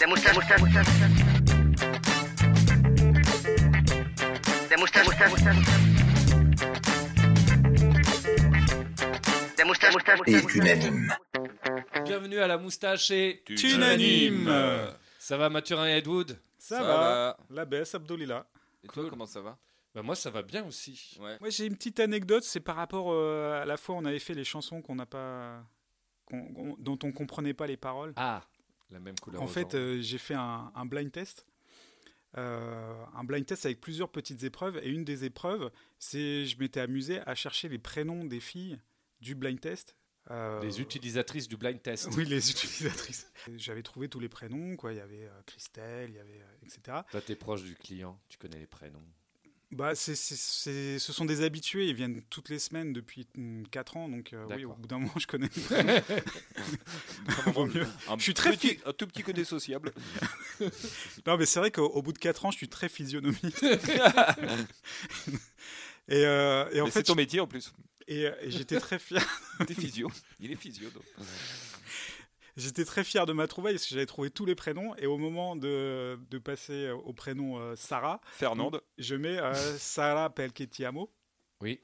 La moustache, moustache, moustache. La moustache, moustache, moustache. La moustache, moustache, et moustache. unanime. Bienvenue à la moustache et Tunanime. Ça va Mathurin et Edwood Ça, Ça va. va. La baisse, Abdolila. Et toi, comment ça va Bah moi ça va bien aussi. Ouais. Moi, j'ai une petite anecdote. C'est par rapport euh, à la fois, on avait fait les chansons qu'on n'a pas, qu'on- qu'on- dont on comprenait pas les paroles. Ah, la même couleur. en aux fait, gens. euh, j'ai fait un, un blind test. Euh, un blind test avec plusieurs petites épreuves et une des épreuves c'est je m'étais amusé à chercher les prénoms des filles du blind test Euh, les utilisatrices du blind test. oui les utilisatrices j'avais trouvé tous les prénoms quoi il y avait euh, Christelle il y avait euh, etc Toi t'es proche du client, tu connais les prénoms. Bah, c'est, c'est- c'est- ce sont des habitués, ils viennent toutes les semaines depuis 4 ans, donc euh, oui, D'accord. au bout d'un moment, je connais. Vaut mieux. Un Je suis très petit, un tout petit côté sociable. Non, mais c'est vrai qu'au au bout de 4 ans, je suis très physionomiste. et, euh, et en Mais c'est fait, ton métier en plus. et, euh, et j'étais très fier. T'es physio. Il est physio. donc. J'étais très fier de ma trouvaille parce que j'avais trouvé tous les prénoms et au moment de, de passer au prénom euh, Sarah, Fernande. je mets euh, Sarah Pelketiamo. Oui.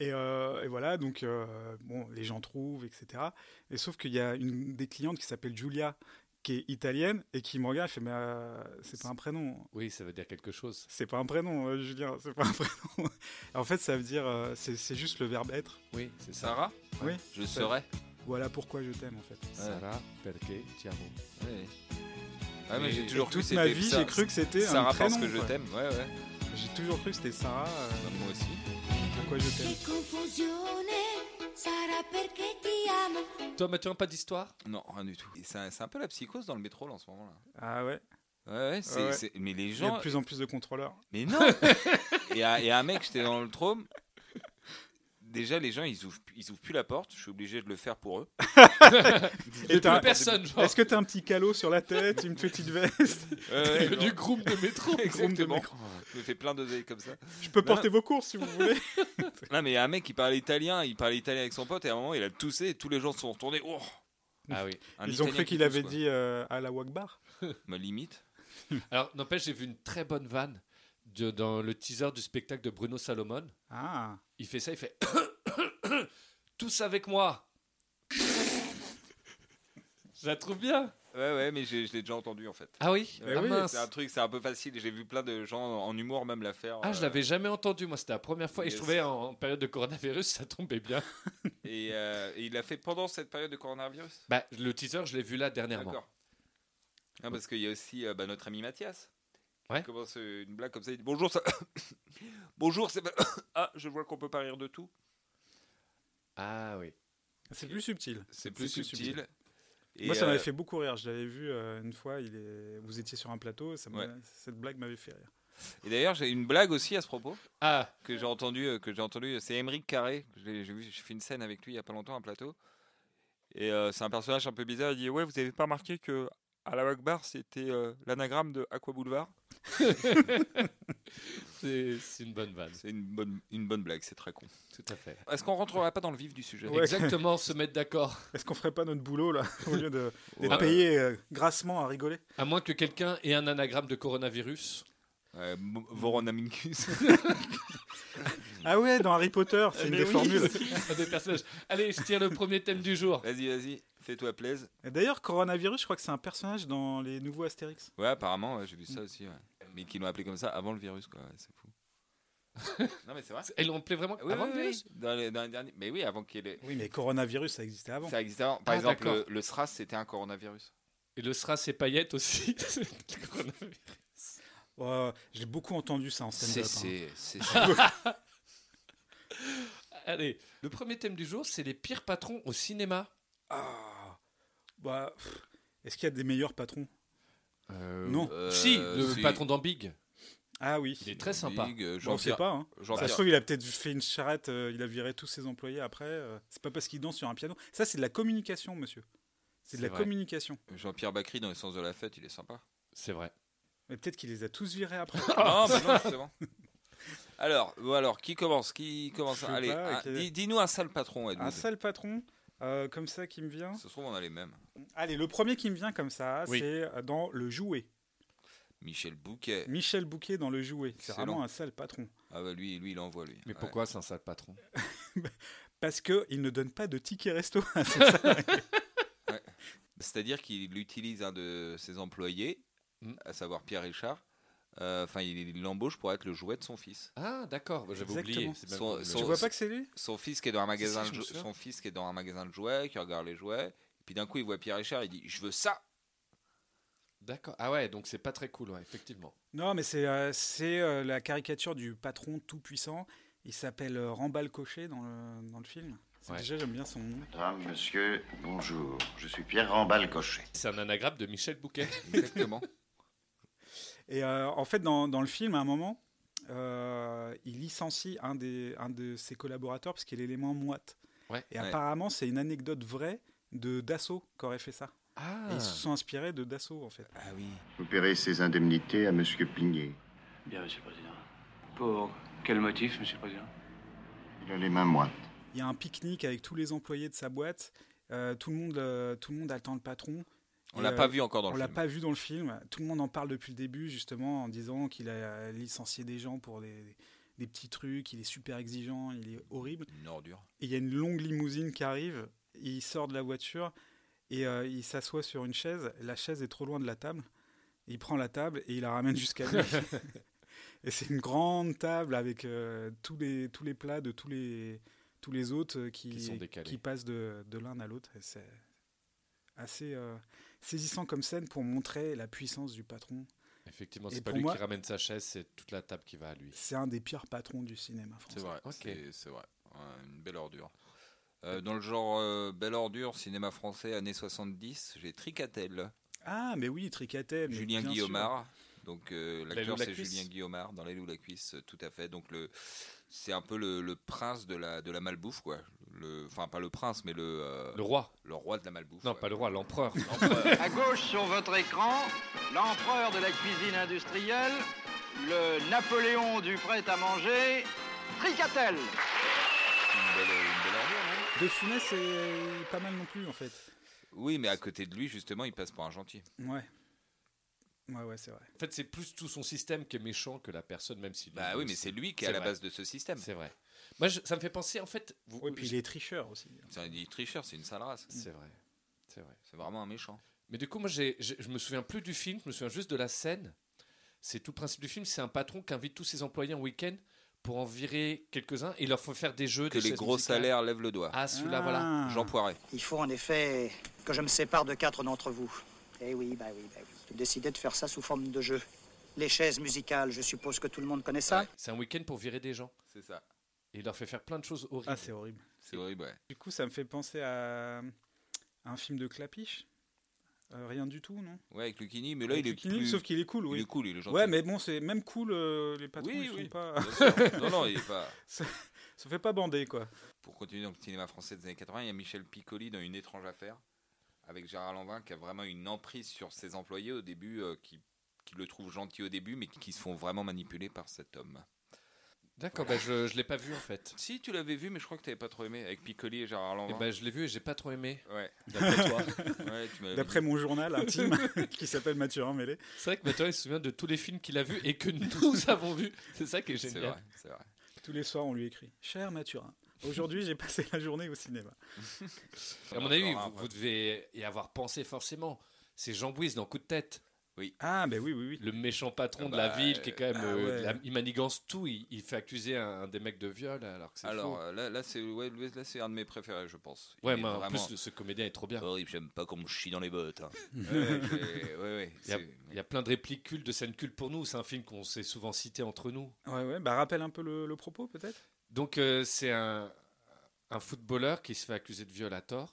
Et, euh, et voilà, donc euh, bon, les gens trouvent, etc. Et sauf qu'il y a une des clientes qui s'appelle Giulia, qui est italienne, et qui me regarde et fait Mais euh, c'est pas un prénom, Oui, ça veut dire quelque chose. c'est pas un prénom, euh, Julien, c'est pas un prénom. en fait, ça veut dire euh, c'est c'est juste le verbe être. Oui, c'est ça. Sarah Oui. Je serai. Voilà pourquoi je t'aime en fait. Sarah Perquet Tiamo. Ouais. Ah, mais Et j'ai toujours cru Toute que ma c'était vie, ça- j'ai cru que c'était un Sarah prénom. parce que je quoi. t'aime. Ouais, ouais. J'ai toujours cru que c'était Sarah, euh, Bah, Moi aussi. pourquoi je t'aime. Che confusione sarà perché ti amo. Toi Mathurin, pas d'histoire Non, rien du tout. Et C'est un, c'est un peu la psychose dans le métro là, en ce moment là. Ah ouais, Ouais, ouais, c'est- Ouais. c'est- Mais les il y a gens. de plus en plus de contrôleurs. Mais non et, à, et à un mec, j'étais dans le trône. Déjà, les gens, ils ouvrent, ils ouvrent plus la porte. Je suis obligé de le faire pour eux. Ah Et Et t'as- plus personne, genre. Est-ce que t'as un petit calot sur la tête, une petite veste Ouais, ouais, du genre, groupe de métro Exactement. Je me fais plein d'oseilles comme ça. Je peux Voilà. porter vos courses si vous voulez. Non, mais il y a un mec qui parlait italien, il parlait italien avec son pote, et à un moment, il a toussé, et tous les gens se sont retournés. Oh Ah oui. Un Ils ont Italien cru qui qu'il avait tousse, dit euh, à la Wagbar. quoi. Ma limite. Alors n'empêche, j'ai vu une très bonne vanne de- dans le teaser du spectacle de Bruno Salomon. Ah, Il fait ça, il fait tous avec moi. Je la trouve bien. Ouais, ouais, mais j'ai- je l'ai déjà entendu en fait. Ah oui. Eh ah oui, mince. C'est un truc, c'est un peu facile. et J'ai vu plein de gens en humour même la faire. Ah, je euh, l'avais jamais entendu. Moi, c'était la première fois. Et je Yes. trouvais en, en période de coronavirus, ça tombait bien. Et, euh, et il l'a fait pendant cette période de coronavirus Bah, le teaser, je l'ai vu là dernièrement. D'accord. Ah, parce qu'il y a aussi euh, bah, notre ami Mathias. Ouais. Il commence euh, une blague comme ça. Il dit Bonjour, ça... Bonjour, c'est. ah, je vois qu'on peut pas rire de tout. Ah oui. c'est plus subtil. C'est plus, subtil. Et, Moi, ça m'avait euh, fait beaucoup rire. Je l'avais vu euh, une fois. Il est... Vous étiez sur un plateau. Ça m'a- Ouais. Cette blague m'avait fait rire. Et d'ailleurs, j'ai une blague aussi à ce propos. Ah, que j'ai entendu, euh, que j'ai entendu, euh, c'est Émeric Carré. que J'ai j'ai vu, j'ai fait une scène avec lui il y a pas longtemps, un plateau. Et euh, c'est un personnage un peu bizarre. Il dit ouais, vous avez pas remarqué que à la Bar c'était euh, l'anagramme de Aqua Boulevard. c'est c'est une bonne vanne. C'est une bonne, une bonne blague, c'est très con. Tout à fait. Est-ce qu'on rentrera pas dans le vif du sujet Ouais. Exactement, se mettre d'accord. Est-ce qu'on ferait pas notre boulot là au lieu de- d'être Ouais. Mm. payé euh, grassement à rigoler À moins que quelqu'un ait un anagramme de coronavirus. Ouais, Mo- Voronamingus. Ah ouais, dans Harry Potter, Eh c'est une Mais des oui, formules. c'est un des personnages. Allez, je tire le premier thème du jour. vas-y, vas-y, fais-toi plaise. Et D'ailleurs, coronavirus, je crois que c'est un personnage dans les nouveaux Astérix. Ouais, apparemment, ouais, j'ai vu ça aussi. ouais. Mais qu'ils l'ont appelé comme ça avant le virus, quoi. ouais, c'est fou. non mais c'est vrai. Et l'on plaît vraiment Oui, avant oui, le oui, virus Dans les- dans les derniers- Mais oui, avant qu'il y ait les- Oui, mais coronavirus, ça existait avant. Ça existait avant. Par Ah, exemple, d'accord. le, le SRAS, c'était un coronavirus. Et le SRAS et paillettes aussi. C'est le coronavirus. Ouais, Oh, J'ai beaucoup entendu ça en C'est, stand-up. hein. c'est, c'est, Allez, le premier thème du jour, c'est les pires patrons au cinéma. Ah. Bah, pff, Est-ce qu'il y a des meilleurs patrons Non. euh, si, le si. patron d'Ambig. Ah oui. Il est très sympa. Big, euh, Bon, on sait Jean-Pierre. pas. hein. Ça Jean-Pierre. se trouve, il a peut-être fait une charrette, euh, il a viré tous ses employés après. euh, c'est pas parce qu'il danse sur un piano. Ça, c'est de la communication, monsieur. C'est de C'est la vrai. communication. Jean-Pierre Bacry dans le sens de la fête, il est sympa. C'est vrai. Mais peut-être qu'il les a tous virés après. Ah. non, mais non, c'est bon. Alors, bon, alors, qui commence Qui Je commence sais Allez, ah, pas, un- quel- dis, nous un sale patron, Edmond. un sale patron. Euh, comme ça qui me vient. Ça se trouve, on a les mêmes. Allez, le premier qui me vient comme ça, Oui. c'est euh, dans Le Jouet. Michel Bouquet. Michel Bouquet dans Le Jouet. C'est Excellent. vraiment un sale patron. Ah bah lui, lui il envoie lui. Mais Ouais. pourquoi c'est un sale patron Parce qu'il ne donne pas de ticket resto à ses salariés. C'est-à-dire qu'il utilise un de ses employés, Mm. à savoir Pierre Richard. Euh, Enfin, il il l'embauche pour être le jouet de son fils. Ah, d'accord, j'avais Exactement. oublié. c'est Son- le- son- Tu vois pas que c'est lui Son fils qui est dans un magasin, si, je de me jou- souviens. son fils qui est dans un magasin de jouets, qui regarde les jouets. Puis d'un coup, il voit Pierre Richard, il dit "Je veux ça." D'accord. Ah ouais, donc c'est pas très cool, ouais, effectivement. Non, mais c'est euh, c'est, euh, la caricature du patron tout-puissant. Il s'appelle euh, Rambal Cochet dans le, dans le film. C'est- Ouais. Déjà, j'aime bien son nom. Madame, monsieur, bonjour. Je suis Pierre Rambal-Cochet. C'est un anagramme de Michel Bouquet. Exactement. Et euh, en fait, dans, dans le film, à un moment, euh, il licencie un, des, un de ses collaborateurs parce qu'il est l'élément moite. Ouais. Et Ouais. apparemment, c'est une anecdote vraie de Dassault qu'aurait fait ça. Ah, Et ils se sont inspirés de Dassault, en fait. ah oui. Vous paierez ces indemnités à monsieur Pligné. Bien, Monsieur le Président. Pour quel motif, Monsieur le Président Il a les mains moites. Il y a un pique-nique avec tous les employés de sa boîte. Euh, tout, le monde, euh, tout le monde attend le patron. On Et, l'a euh, pas vu encore dans On le l'a film. pas vu dans le film. Tout le monde en parle depuis le début, justement, en disant qu'il a euh, licencié des gens pour des, des petits trucs. Il est super exigeant, il est horrible. Une ordure. Et il y a une longue limousine qui arrive. et il sort de la voiture et euh, il s'assoit sur une chaise. La chaise est trop loin de la table. Il prend la table et il la ramène jusqu'à lui. et c'est une grande table avec euh, tous, les, tous les plats de tous les, tous les autres euh, qui, Qui sont décalés. qui passent de, de l'un à l'autre. Et C'est assez euh, saisissant comme scène pour montrer la puissance du patron. effectivement, Et c'est pas pour lui moi- qui ramène sa chaise, c'est toute la table qui va à lui. C'est un des pires patrons du cinéma C'est français. vrai. Ok. c'est- C'est vrai. Ouais, une belle ordure. Euh, dans le genre euh, belle ordure, cinéma français années 70, j'ai Tricatel, Ah, mais oui, Eh, Tricatel. mais Julien bien sûr. Guillaumard. Donc euh, La l'acteur Loue la c'est cuisse. Julien Guillaumard dans Les Loups la cuisse, euh, tout à fait. Donc le c'est un peu le, le prince de la de la malbouffe quoi. Le enfin pas le prince mais le euh, Le roi le roi de la malbouffe. Non, ouais. pas le roi, l'empereur. L'empereur. À gauche sur votre écran, l'empereur de la cuisine industrielle, le Napoléon du prêt-à-manger, Tricatel. une belle, une belle ordure, non De Funès, c'est pas mal non plus, en fait. Oui, mais à côté de lui justement, il passe pour un gentil. Ouais. Ouais, ouais, c'est vrai. En fait, c'est plus tout son système qui est méchant que la personne, même si. Bah oui, mais c'est lui qui est à C'est la vrai. base de ce système. C'est vrai. Moi, je- ça me fait penser, en fait. Vous... Oui, puis il est tricheur aussi. C'est un tricheur, c'est une sale race. C'est vrai. C'est vrai. C'est vraiment un méchant. Mais du coup, moi, j'ai- j'ai- je me souviens plus du film, je me souviens juste de la scène. C'est tout le principe du film, c'est un patron qui invite tous ses employés en week-end pour en virer quelques-uns et il leur faut faire des jeux. Que des les chaises gros musicales. salaires lèvent le doigt. Ah, celui-là, voilà. Jean Poiret. Il faut en effet que je me sépare de quatre d'entre vous. Eh oui, bah oui, bah oui. J'ai décidé de faire ça sous forme de jeu. Les chaises musicales, je suppose que tout le monde connaît ça. C'est un week-end pour virer des gens. C'est ça. Et il leur fait faire plein de choses horribles. Ah, c'est horrible. C'est horrible, ouais. Du coup, ça me fait penser à un film de Clapiche. Euh, rien du tout, non Ouais, avec Lucini, mais là, Avec il est Lucky Ning, plus... Sauf qu'il est cool, Il oui. est cool, il est gentil. Ouais, mais bon, c'est même cool, euh, les patrons, Oui, ils oui. sont pas... Bien sûr. non, non, il est pas... Ça fait pas bander, quoi. Pour continuer dans le cinéma français des années 80, il y a Michel Piccoli dans Une étrange affaire, avec Gérard Lanvin, qui a vraiment une emprise sur ses employés au début, euh, qui, qui le trouvent gentil au début, mais qui, qui se font vraiment manipuler par cet homme. D'accord, bah, je ne l'ai pas vu en fait. Si, tu l'avais vu, mais je crois que t'avais pas trop aimé, avec Piccoli et Gérard Et Lanvin. bah, je l'ai vu et j'ai pas trop aimé. Ouais, D'après toi. ouais, tu m'avais D'après dit. mon journal intime, qui s'appelle Mathurin Mêlé. C'est vrai que Mathieu il se souvient de tous les films qu'il a vus et que nous avons vus. C'est ça qui est C'est génial. vrai, c'est vrai. Tous les soirs, on lui écrit « Cher Mathurin, aujourd'hui, j'ai passé la journée au cinéma. À mon avis, Encore un, vous, vous devez y avoir pensé forcément. C'est Jean Bouise dans Coup de tête, » Ah, ben oui, oui, oui. le méchant patron Ah de la bah, ville qui est quand même. ah euh, ouais. de la- il manigance tout, il, il fait accuser un, un des mecs de viol alors que c'est Alors faux. euh, là, là c'est ouais, lui, là, c'est un de mes préférés, je pense. Il Ouais, est mais en vraiment plus, ce comédien est trop bien. horrible. J'aime pas qu'on me chie dans les bottes. hein. ouais, j'ai- ouais, ouais, Il y, a, c'est- il y a plein de répliques cultes, de scènes cultes pour nous. C'est un film qu'on s'est souvent cité entre nous. Ouais, ouais, bah rappelle un peu le, le propos, peut-être Donc, euh, c'est un, un footballeur qui se fait accuser de viol à tort.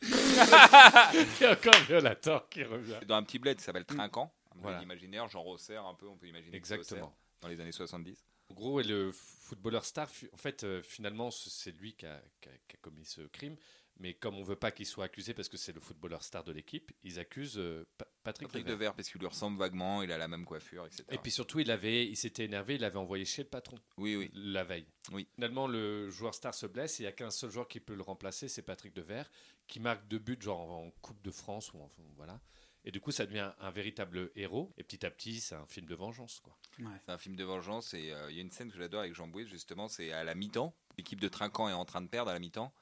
Il y a encore viol à tort qui revient. dans un petit bled qui s'appelle Trinquant, un bled Mm. Voilà. imaginaire, genre Auxerre un peu, on peut imaginer. que c'est Exactement. Auxerre, Dans les années 70. En gros, et le footballeur star, fu- en fait, euh, finalement, c- c'est lui qui a, qui a- qui a commis ce crime. Mais comme on veut pas qu'il soit accusé parce que c'est le footballeur star de l'équipe, ils accusent euh, Pa- Patrick, Patrick Devers. Devers, parce qu'il lui ressemble vaguement, il a la même coiffure, etc. Et puis surtout, il avait, il s'était énervé, il l'avait envoyé chez le patron oui, oui. la veille. Oui. Finalement, le joueur star se blesse et il n'y a qu'un seul joueur qui peut le remplacer, c'est Patrick Devers, qui marque deux buts genre en Coupe de France ou en, voilà. Et du coup, ça devient un véritable héros. Et petit à petit, c'est un film de vengeance, quoi. C'est un film de vengeance et euh, il y a une scène que j'adore avec Jean Bouise, justement, c'est à la mi-temps. L'équipe de Trinquant est en train de perdre à la mi-temps.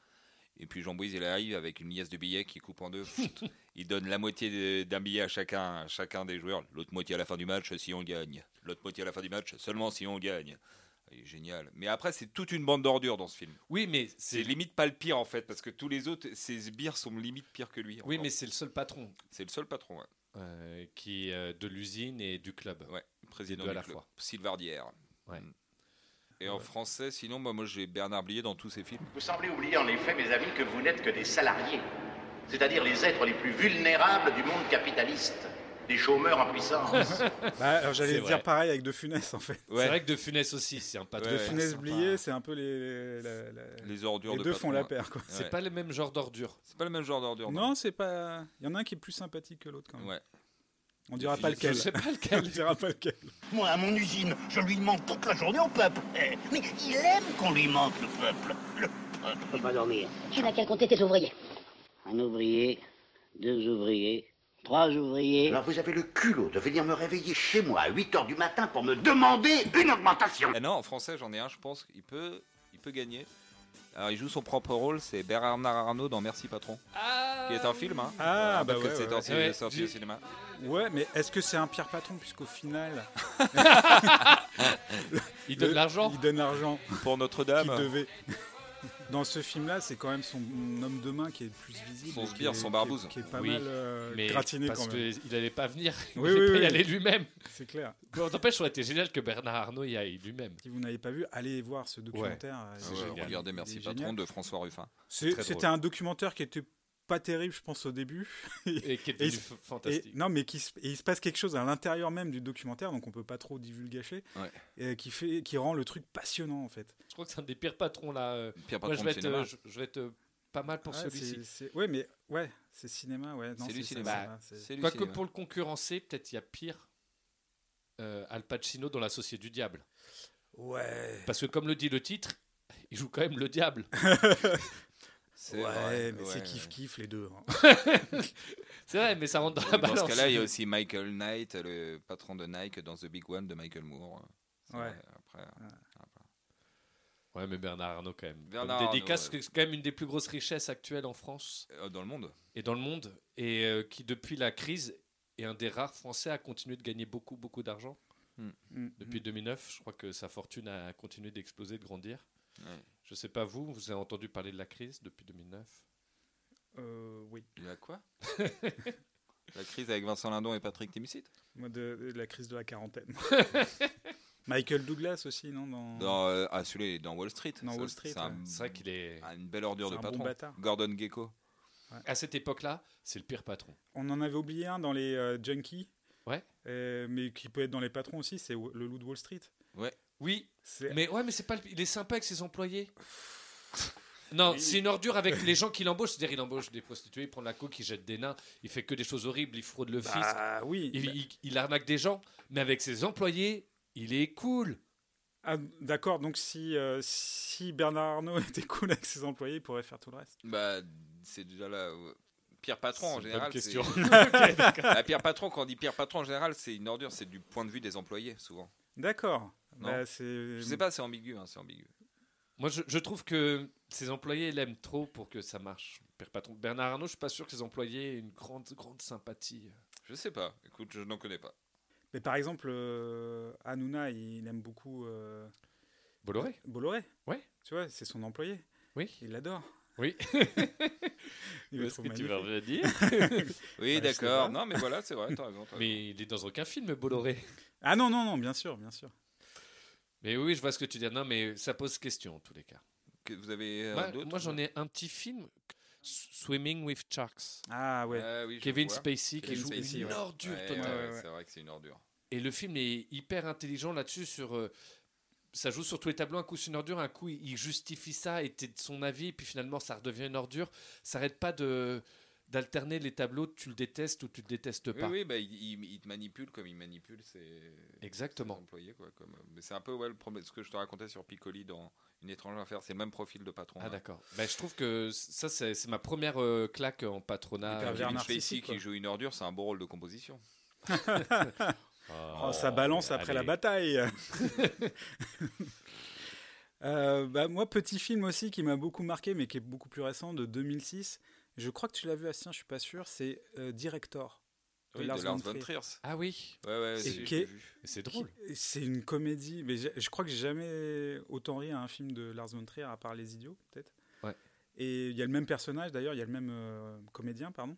Et puis Jean Bouise, il arrive avec une liasse de billets qui coupe en deux. Pfft. il donne la moitié de- d'un billet à chacun, à chacun des joueurs. L'autre moitié à la fin du match si on gagne. L'autre moitié à la fin du match seulement si on gagne. Il est génial. Mais après, c'est toute une bande d'ordures dans ce film. Oui, mais C'est limite pas le pire en fait, parce que tous les autres, ces sbires sont limite pires que lui. Oui, encore. mais c'est le seul patron c'est le seul patron, ouais. euh, qui euh, de l'usine et du club. Ouais, président deux à du la club. fois. Sylvardière. Ouais. Mm. Et en français, sinon, bah, moi j'ai Bernard Blier dans tous ses films. Vous semblez oublier en effet, mes amis, que vous n'êtes que des salariés, c'est-à-dire les êtres les plus vulnérables du monde capitaliste, des chômeurs en puissance. Bah, alors, j'allais C'est dire vrai. pareil avec De Funès, en fait. Ouais. C'est vrai que De Funès aussi, c'est un patron. Ouais, de ouais. Funès sympa. Blier, c'est un peu les. la- la- Les ordures Les de deux patron, font la hein. paire, quoi. C'est Ouais. pas le même genre d'ordure. C'est pas le même genre d'ordure. Non, c'est pas. Il y en a un qui est plus sympathique que l'autre, quand même. Ouais. On dira pas Je lequel. sais pas On lequel. dira pas lequel. Moi, à mon usine, je lui manque toute la journée au peuple. Eh, Mais il aime qu'on lui manque, le peuple. Le peuple. peux pas dormir. Tu n'as qu'à compter tes ouvriers. Un ouvrier, deux ouvriers, trois ouvriers. Alors vous avez le culot de venir me réveiller chez moi à 8 heures du matin pour me demander une augmentation. Ah non, en français, j'en ai un, je pense. Il peut, il peut gagner. Alors, il joue son propre rôle, c'est Bernard Arnault dans Merci Patron, qui est un film. Hein. Ah, Euh, bah parce que ouais, c'est ouais. ouais, sorti- sorti Ouais. au cinéma. Ouais, mais est-ce que c'est un pire patron puisqu'au final, Il donne de le- l'argent. il donne l'argent Pour qu'il Notre-Dame, devait. Dans ce film-là, c'est quand même son homme de main qui est le plus visible. et Son qui sbire, est- son qui est- barbouze. Qui est pas Oui, mal euh, Mais gratiné parce quand même. qu'il n'allait pas venir. Il Oui, n'allait oui, pas oui. y aller lui-même. C'est clair. Bon, N'empêche, ça aurait été génial que Bernard Arnault y aille lui-même. Si vous n'avez pas vu, allez voir ce documentaire. euh, Ah c'est ouais, génial. regardez Il est Merci génial. Patron de François Ruffin. C'est- très C'était drôle. un documentaire qui était pas terrible, je pense, au début. Et qui est Et devenu il- f- Et, fantastique. non, mais qui se- et il se passe quelque chose à l'intérieur même du documentaire, donc on peut pas trop divulgacher, Ouais. et qui fait, qui rend le truc passionnant en fait. Je crois que c'est un des pires patrons là. euh. Pierre Moi, Patron je de vais, être, cinéma. euh, je, je vais être euh, pas mal pour Ouais, celui-ci. c'est- c'est- Ouais, mais ouais, c'est cinéma, ouais. non, C'est du ça, cinéma. ça va, c'est- C'est du Quoique cinéma. pour le concurrencer, peut-être il y a pire. euh, Al Pacino dans La Société du Diable. Ouais. Parce que, comme le dit le titre, il joue quand même le diable. C'est Ouais, vrai, mais ouais, c'est ouais. kiff kiff les deux. hein. C'est vrai, mais ça rentre dans la Dans ce balance. cas-là, il y a aussi Michael Knight, le patron de Nike dans The Big One de Michael Moore. C'est Ouais. vrai, après, Ouais, mais Bernard Arnault, quand même. Bernard Comme dédicace, Arnault, ouais. c'est quand même une des plus grosses richesses actuelles en France. euh, dans le monde. et dans le monde, et euh, qui depuis la crise est un des rares Français à continuer de gagner beaucoup, beaucoup d'argent. Mm. Depuis 2009, je crois que sa fortune a continué d'exploser, de grandir. Ouais. Je sais pas vous, vous avez entendu parler de la crise depuis 2009 Euh, oui. Il y a quoi La crise avec Vincent Lindon et Patrick Timsit Moi, de, de la crise de la quarantaine. Michael Douglas aussi, non dans... dans, euh, Ah, celui-là, il est dans Wall Street. Dans Ça, Wall Street, C'est un- ouais. C'est vrai qu'il est... Mm. ah, une belle ordure C'est de un bon patron. bâtard. Gordon Gecko. À cette époque-là, c'est le pire patron. On en avait oublié un dans les euh, Junkies. Ouais. Euh, mais qui peut être dans les patrons aussi, c'est le loup de Wall Street. Oui, C'est mais ouais, mais c'est pas... le- Il est sympa avec ses employés. Non, Oui. c'est une ordure avec les gens qui l'embauchent. C'est-à-dire, il embauche des prostituées, il prend de la coke, il jette des nains, il fait que des choses horribles, il fraude le fisc. Bah, oui. Il, Bah, il- il arnaque des gens, mais avec ses employés, il est cool. ah, D'accord, donc si, euh, si Bernard Arnault était cool avec ses employés, il pourrait faire tout le reste. Bah, c'est déjà là. euh, Pire patron en C'est une général. bonne question. c'est- Ah, pire patron, quand on dit pire patron en général, c'est une ordure, c'est du point de vue des employés souvent. D'accord. Non. Bah, c'est- Je sais pas, c'est ambigu, hein, c'est ambigu. Moi, je, je trouve que ses employés l'aiment trop pour que ça marche. Père patron Bernard Arnault, je suis pas sûr que ses employés aient une grande, grande sympathie. Je sais pas. Écoute, je n'en connais pas. Mais par exemple, euh, Hanouna, il aime beaucoup euh, Bolloré Bolloré. Ouais. Tu vois, c'est son employé. Oui. Il l'adore. Oui. il le trouve magnifique. dire Oui, Ouais, Bah, je sais d'accord. pas. Non, mais voilà, c'est vrai, t'as raison. t'as raison. Mais il est dans aucun film, Bolloré. Ah non, non, non, bien sûr, bien sûr. Mais oui, je vois ce que tu dis. Non, mais ça pose question en tous les cas. Que Vous avez euh, Moi, d'autres moi, j'en ai un petit film, S- Swimming with Sharks. Ah ouais. Ah oui, je Kevin vois. Spacey qui Kevin joue Spacey, une ouais. ordure Ouais, totale. ouais, ouais, ouais. C'est vrai que c'est une ordure. Et le film est hyper intelligent là-dessus sur euh, ça joue sur tous les tableaux. Un coup, c'est une ordure. Un coup, il justifie ça, était de son avis. Puis finalement, ça redevient une ordure. Ça n'arrête pas de d'alterner les tableaux. Tu le détestes ou tu le détestes Oui, pas. oui, bah, il, il- il te manipule comme il manipule ses, Exactement. ses employés. Quoi, comme, euh, mais c'est un peu ouais, le problème, ce que je te racontais sur Piccoli dans Une étrange affaire. C'est le même profil de patron. hein. Ah d'accord. Bah, je trouve que ça c'est c'est ma première euh, claque en patronat. euh, Le pervers Kevin narcissique, Spacey quoi. qui joue une ordure, c'est un beau rôle de composition. Ah. Oh, ça balance après la bataille. Euh, bah, moi, petit film aussi qui m'a beaucoup marqué, mais qui est beaucoup plus récent, de 2006. Je crois que tu l'as vu, Astien, je suis pas sûr. C'est euh, Director. de Oui, de Lars Lars von von Trier. Ah oui, Ouais, ouais, Et c'est- qui est- j'ai vu. c'est Qui- drôle. C'est une comédie, mais j'ai- je crois que j'ai jamais autant ri à un film de Lars von Trier, à part Les Idiots, peut-être. Ouais. Et il y a le même personnage, d'ailleurs, il y a le même euh, comédien, pardon.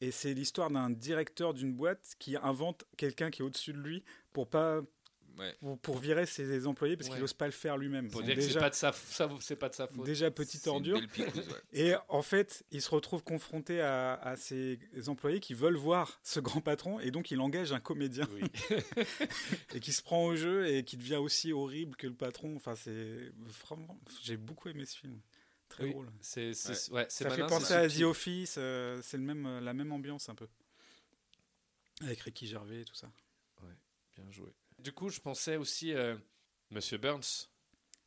Et c'est l'histoire d'un directeur d'une boîte qui invente quelqu'un qui est au-dessus de lui pour pas Ouais. pour, pour virer ses employés parce Ouais. qu'il n'ose pas le faire lui-même. Pour Donc dire que c'est déjà, pas de sa f- ça, c'est pas de sa faute. déjà C'est petite une ordure. belle piqueuse, ouais. Et en fait, il se retrouve confronté à, à ses employés qui veulent voir ce grand patron et donc il engage un comédien Oui. et qui se prend au jeu et qui devient aussi horrible que le patron. Enfin, c'est vraiment, j'ai beaucoup aimé ce film. Très Oui, drôle. C'est c'est- ouais, c'est Ça fait malin, penser c'est à The subtil. Office, euh, c'est le même, la même ambiance un peu. Avec Ricky Gervais et tout ça. Bien joué. Du coup, je pensais aussi euh, Monsieur Burns.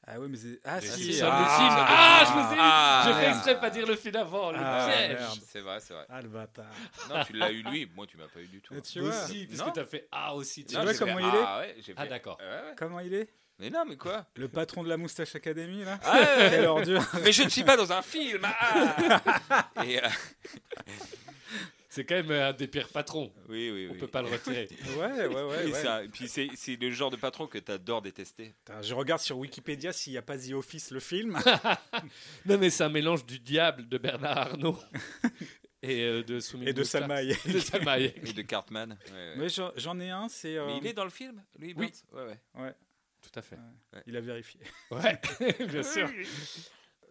Ah ouais, mais c'est. Ah Mais si c'est ça, Ah, le film. Ah, je me suis Ah, j'ai fait merde. exprès de pas dire le film avant. Le Ah, piège. merde. C'est vrai, c'est vrai. ah, le bâtard. Non, tu l'as eu lui, moi tu m'as pas eu du tout. hein. Et Tu Aussi, vois, parce Non. que t'as fait ah aussi. Tu Non, vois j'ai comment fait, il est Ah, ouais, j'ai Ah, fait- d'accord. Ouais, ouais. comment il est Mais non, mais quoi Le patron de la Moustache Academy, là Ah, ouais, Quelle ouais. ordure Mais je ne suis pas dans un film ah. Et, euh, C'est quand même euh, un des pires patrons. Oui, oui, On oui. peut pas le retirer. Ouais, ouais, ouais. Et ouais. ça- et puis c'est c'est le genre de patron que t'adores détester. Putain, je regarde sur Wikipédia s'il n'y a pas The Office, le film. non mais c'est un mélange du diable de Bernard Arnault et euh, de Soumis Et de Salma Hayek. De Salma Hayek. Et de Cartman. Ouais, ouais. Mais j'en j'en ai un, c'est. euh, Mais il est dans le film, lui Oui. Burns Ouais, ouais. Tout à fait. il a vérifié. Ouais, bien sûr.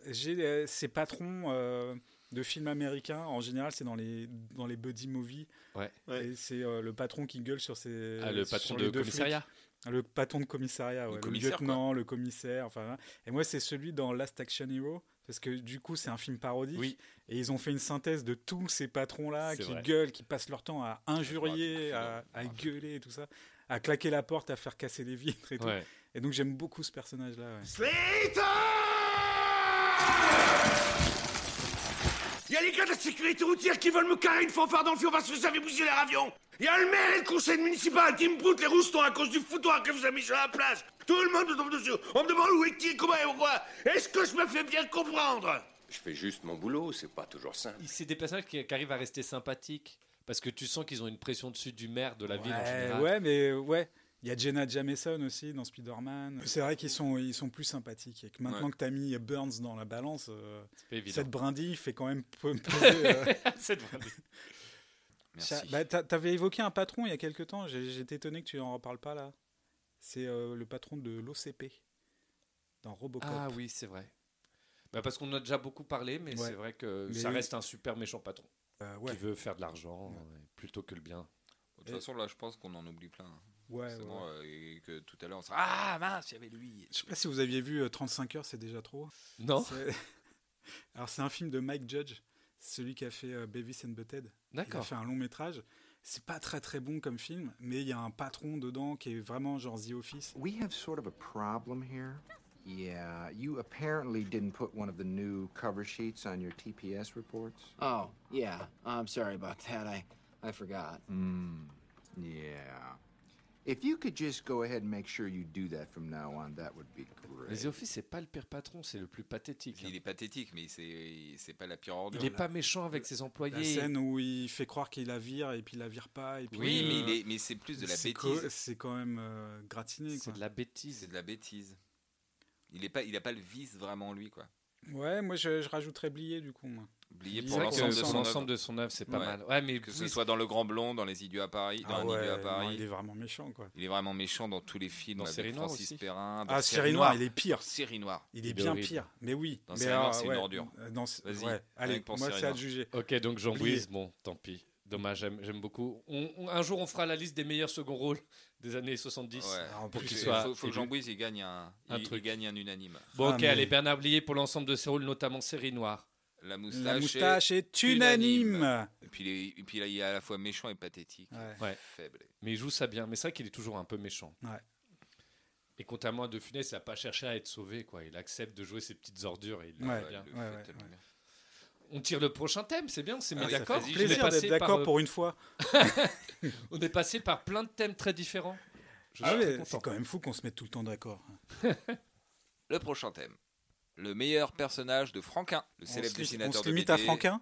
J'ai euh, ces patrons euh, de films américains. En général, c'est dans les, dans les buddy movies. Ouais. Et c'est euh, le patron qui gueule sur ses. Ah, le Euh, sur patron les de deux flics. commissariat. Le patron de commissariat, ouais. le, commissaire, lieutenant, le commissaire. Enfin, voilà. et moi, c'est celui dans Last Action Hero. Parce que du coup, c'est un film parodique. Oui. Et ils ont fait une synthèse de tous ces patrons-là C'est qui vrai. gueulent, qui passent leur temps à injurier, Ouais, à, à ouais. gueuler et tout ça, à claquer la porte, à faire casser les vitres et tout. Ouais. Et donc, j'aime beaucoup ce personnage-là. ouais. Il y a les gars de la sécurité routière qui veulent me carrer une fanfare dans le fion parce que vous avez bougé leur avion. Il y a le maire et le conseil municipal qui me broutent les roustons à cause du foutoir que vous avez mis sur la place. Tout le monde me tombe dessus. On me demande où est qui, comment et pourquoi. Est-ce que je me fais bien comprendre Je fais juste mon boulot, c'est pas toujours simple. Il- C'est des personnages qui, qui arrivent à rester sympathiques parce que tu sens qu'ils ont une pression dessus du maire de la ville en Ouais, général. ouais, mais ouais. Il y a Jenna Jameson aussi dans Spider-Man. C'est vrai qu'ils sont, ils sont plus sympathiques. Et que maintenant Ouais. que tu as mis Burns dans la balance, euh, C'est pas évident. cette brindille fait quand même peu- peser, euh, Cette- Merci. Ça- bah, t'a- T'avais évoqué un patron il y a quelques temps, j'ai- j'étais étonné que tu n'en reparles pas là. C'est euh, le patron de l'OCP, dans Robocop. Ah oui, c'est vrai. Bah, parce qu'on en a déjà beaucoup parlé, mais Ouais. c'est vrai que Mais ça oui. reste un super méchant patron Euh, ouais. qui veut faire de l'argent euh, plutôt que le bien. De toute façon, là, je pense qu'on en oublie plein. hein. euh, Ouais, ouais, Forcément, ouais. euh, et que tout à l'heure, on sera. Ah mince, il y avait lui. Je sais pas si vous aviez vu euh, 35 heures, c'est déjà trop. Non C'est- Alors c'est un film de Mike Judge, celui qui a fait euh, Beavis and Butthead. Il a D'accord. fait un long métrage. C'est pas très très bon comme film, mais il y a un patron dedans qui est vraiment genre The Office. We have sort of a problem here. Yeah, you apparently didn't put one of the new cover sheets on your TPS reports. Oh, yeah. I'm sorry about that. I, I forgot. Hmm. Yeah. If you could just go ahead and make sure you do that from now on, that would be Mais great. The Office, c'est pas le pire patron, c'est le plus pathétique. hein. Il est pathétique, mais c'est c'est pas la pire Il ordure. n'est pas méchant avec ses La employés. scène où il fait croire qu'il la vire et puis il la vire pas. Et puis, Oui, mais, euh, il est- mais c'est plus de la C'est bêtise. co- C'est quand même euh, gratiné. C'est quoi. de la C'est bêtise. de la bêtise. Il est pas, il a pas le vice vraiment lui quoi. Ouais, moi je, je rajouterais Blié du coup. Moi. Oublié C'est pour vrai l'ensemble que de son son l'ensemble œuvre. de son œuvre, c'est pas Ouais. mal. Ouais, mais Que ce oui, soit dans Le Grand Blond, dans Les Idiots à Paris, Ah dans Un Idiot à Paris. non, il il, est est... vraiment méchant quoi. vraiment méchant dans tous les films. Dans avec Série Noire Francis aussi. Perrin. dans Ah, Cyril Noir, il est pire. Série Noire. Il est Il est bien horrible. pire. Mais oui. Dans mais Cyril Noir, alors, c'est une ouais. ordure. Euh, dans ce- Vas-y, ouais. rien Allez, que pour moi Cyril c'est à Noir. juger. Ok, donc Jean Oublié. Bouise, bon, tant pis. Dommage, j'aime j'aime beaucoup. On- on- un jour, on fera la liste des meilleurs seconds rôles des années 70. Faut Ah, Pour que- qu'il soit faut, faut que élu. Jean-Bouise il gagne un, Un il- il truc. gagne un unanime. Bon, Ah, ok, allez, Bernard Blier pour l'ensemble de ses rôles, notamment série noire. La moustache, La moustache est unanime. Et puis, il est- et puis là, il est à la fois méchant et pathétique. Ouais. Ouais. Faible. Mais il joue ça bien. Mais c'est vrai qu'il est toujours un peu méchant. Ouais. Et contrairement à De Funès, il n'a pas cherché à être sauvé. quoi. Il accepte de jouer ses petites ordures et il le Ouais. fait bien. Le Ouais, fait ouais, tellement bien. On tire le prochain thème, c'est bien, on s'est mis Ah oui, ça d'accord. fait On est Plaisir passé d'être par, d'accord euh, pour une fois. On est passé par plein de thèmes très différents. Je Ah suis ouais, très content. c'est quand même fou qu'on se mette tout le temps d'accord. Le prochain thème. Le meilleur personnage de Franquin, le On célèbre se, li- on dessinateur se de limite BD. à Franquin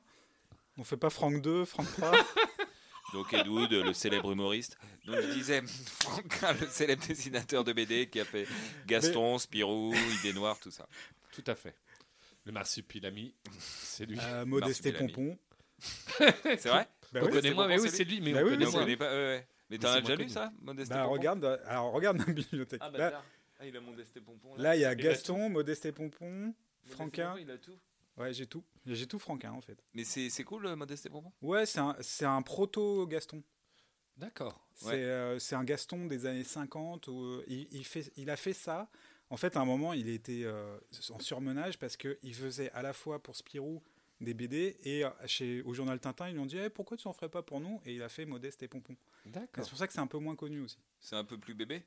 On fait pas Franck 2, Franck 3 Donc Ed Wood, le célèbre humoriste. Donc je disais Franquin, le célèbre dessinateur de BD qui a fait Gaston, Spirou, Idée Noire, tout ça. Tout à fait. Le marsupilami, c'est lui. euh, Modesté Bellamy. Pompon. Ah, C'est vrai Bah on oui. connaît c'est moins, bon mais pour oui, celui- c'est lui, mais Bah on oui, Mais connaît on c'est- moins. connaît pas. ouais, ouais. Mais Mais t'en c'est as déjà moins lu connu. ça, Modeste Bah, Pompon regarde, euh, alors regarde la bibliothèque. Ah, Là- bâtard. Ah, il a Modeste Pompon. là, il y a Il a Gaston, Modesté Pompon, Modeste Franquin. Pompon, il a tout. Ouais, j'ai tout. J'ai tout Franquin en fait. Mais c'est c'est cool, euh, Modeste Pompon Ouais, c'est un, c'est un proto-Gaston. D'accord. C'est Ouais. euh, c'est un Gaston des années 50. Où, euh, il, il fait, il a fait ça. En fait, à un moment, il était euh, en surmenage parce qu'il faisait à la fois pour Spirou des BD et euh, chez, au journal Tintin, ils lui ont dit Eh, Pourquoi tu n'en ferais pas pour nous Et il a fait Modeste et Pompon. Et D'accord. C'est pour ça que c'est un peu moins connu aussi. C'est un peu plus bébé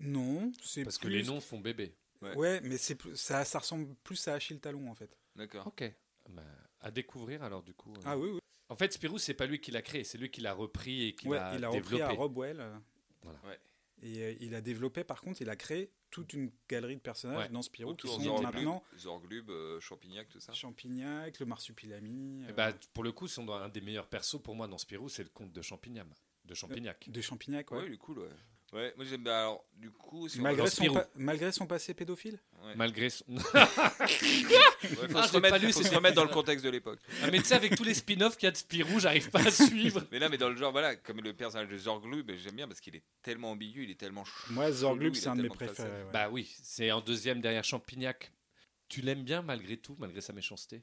Non, c'est Parce que plus- les noms font bébé. Ouais, mais c'est plus- ça, ça ressemble plus à Achille Talon en fait. D'accord. Ok. Bah, à découvrir alors du coup. euh. Ah oui, oui. En fait, Spirou, c'est pas lui qui l'a créé, c'est lui qui l'a repris et qui Ouais, l'a il a développé. repris à Rob Well. euh, Voilà. Ouais. Et euh, il a développé, par contre, il a créé toute une galerie de personnages Ouais. dans Spirou qui Autour sont Oh, maintenant Zorglub, Zorglub euh, Champignac, tout ça. Champignac, le Marsupilami, Et euh, bah, pour le coup, si on doit- un des meilleurs persos pour moi dans Spirou, c'est le comte de Champignac. De Champignac. de Champignac. ouais. Ouais, il est cool, ouais. Ouais, moi j'aime bien. Alors, du coup, si on Malgré, Dans son Spirou. pa- malgré son passé pédophile Ouais. Malgré son. Ouais, faut Ah, se j'ai remettre, pas lu, faut c'est se remettre pas- dans le contexte de l'époque. Ah, mais tu sais, avec tous les spin-offs qu'il y a de Spirou, j'arrive pas à suivre. Mais là, mais dans le genre, voilà, comme le personnage de Zorglub, j'aime bien parce qu'il est tellement ambigu, il est tellement Moi, Zorglub, Chelou, il c'est a un de mes tellement de facettes. préférés. ouais. Bah oui, c'est en deuxième derrière Champignac. Tu l'aimes bien malgré tout, malgré sa méchanceté.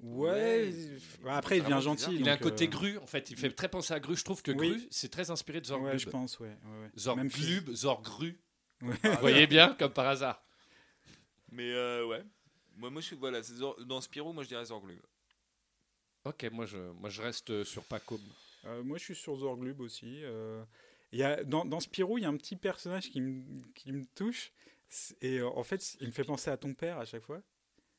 ouais, ouais, il- il- bah, après, il devient vraiment gentil. bizarre. Il a un donc, côté euh, gru, en fait. Il fait très penser à gru. Je trouve que Oui. gru, c'est très inspiré de Zorglub. Ouais, je pense, ouais. ouais, ouais. Même si- Zorglub, Zorgru. Ouais. Vous voyez bien, comme par hasard. Mais euh, ouais. Moi, moi, je suis, voilà, c'est Zor- dans Spirou, moi, je dirais Zorglub. Ok, moi je, moi je reste sur Paco. Euh, moi, je suis sur Zorglub aussi. euh. Il y a, dans, dans Spirou, il y a un petit personnage qui me, qui me touche. C'est- Et euh, en fait, il me fait penser à ton père à chaque fois.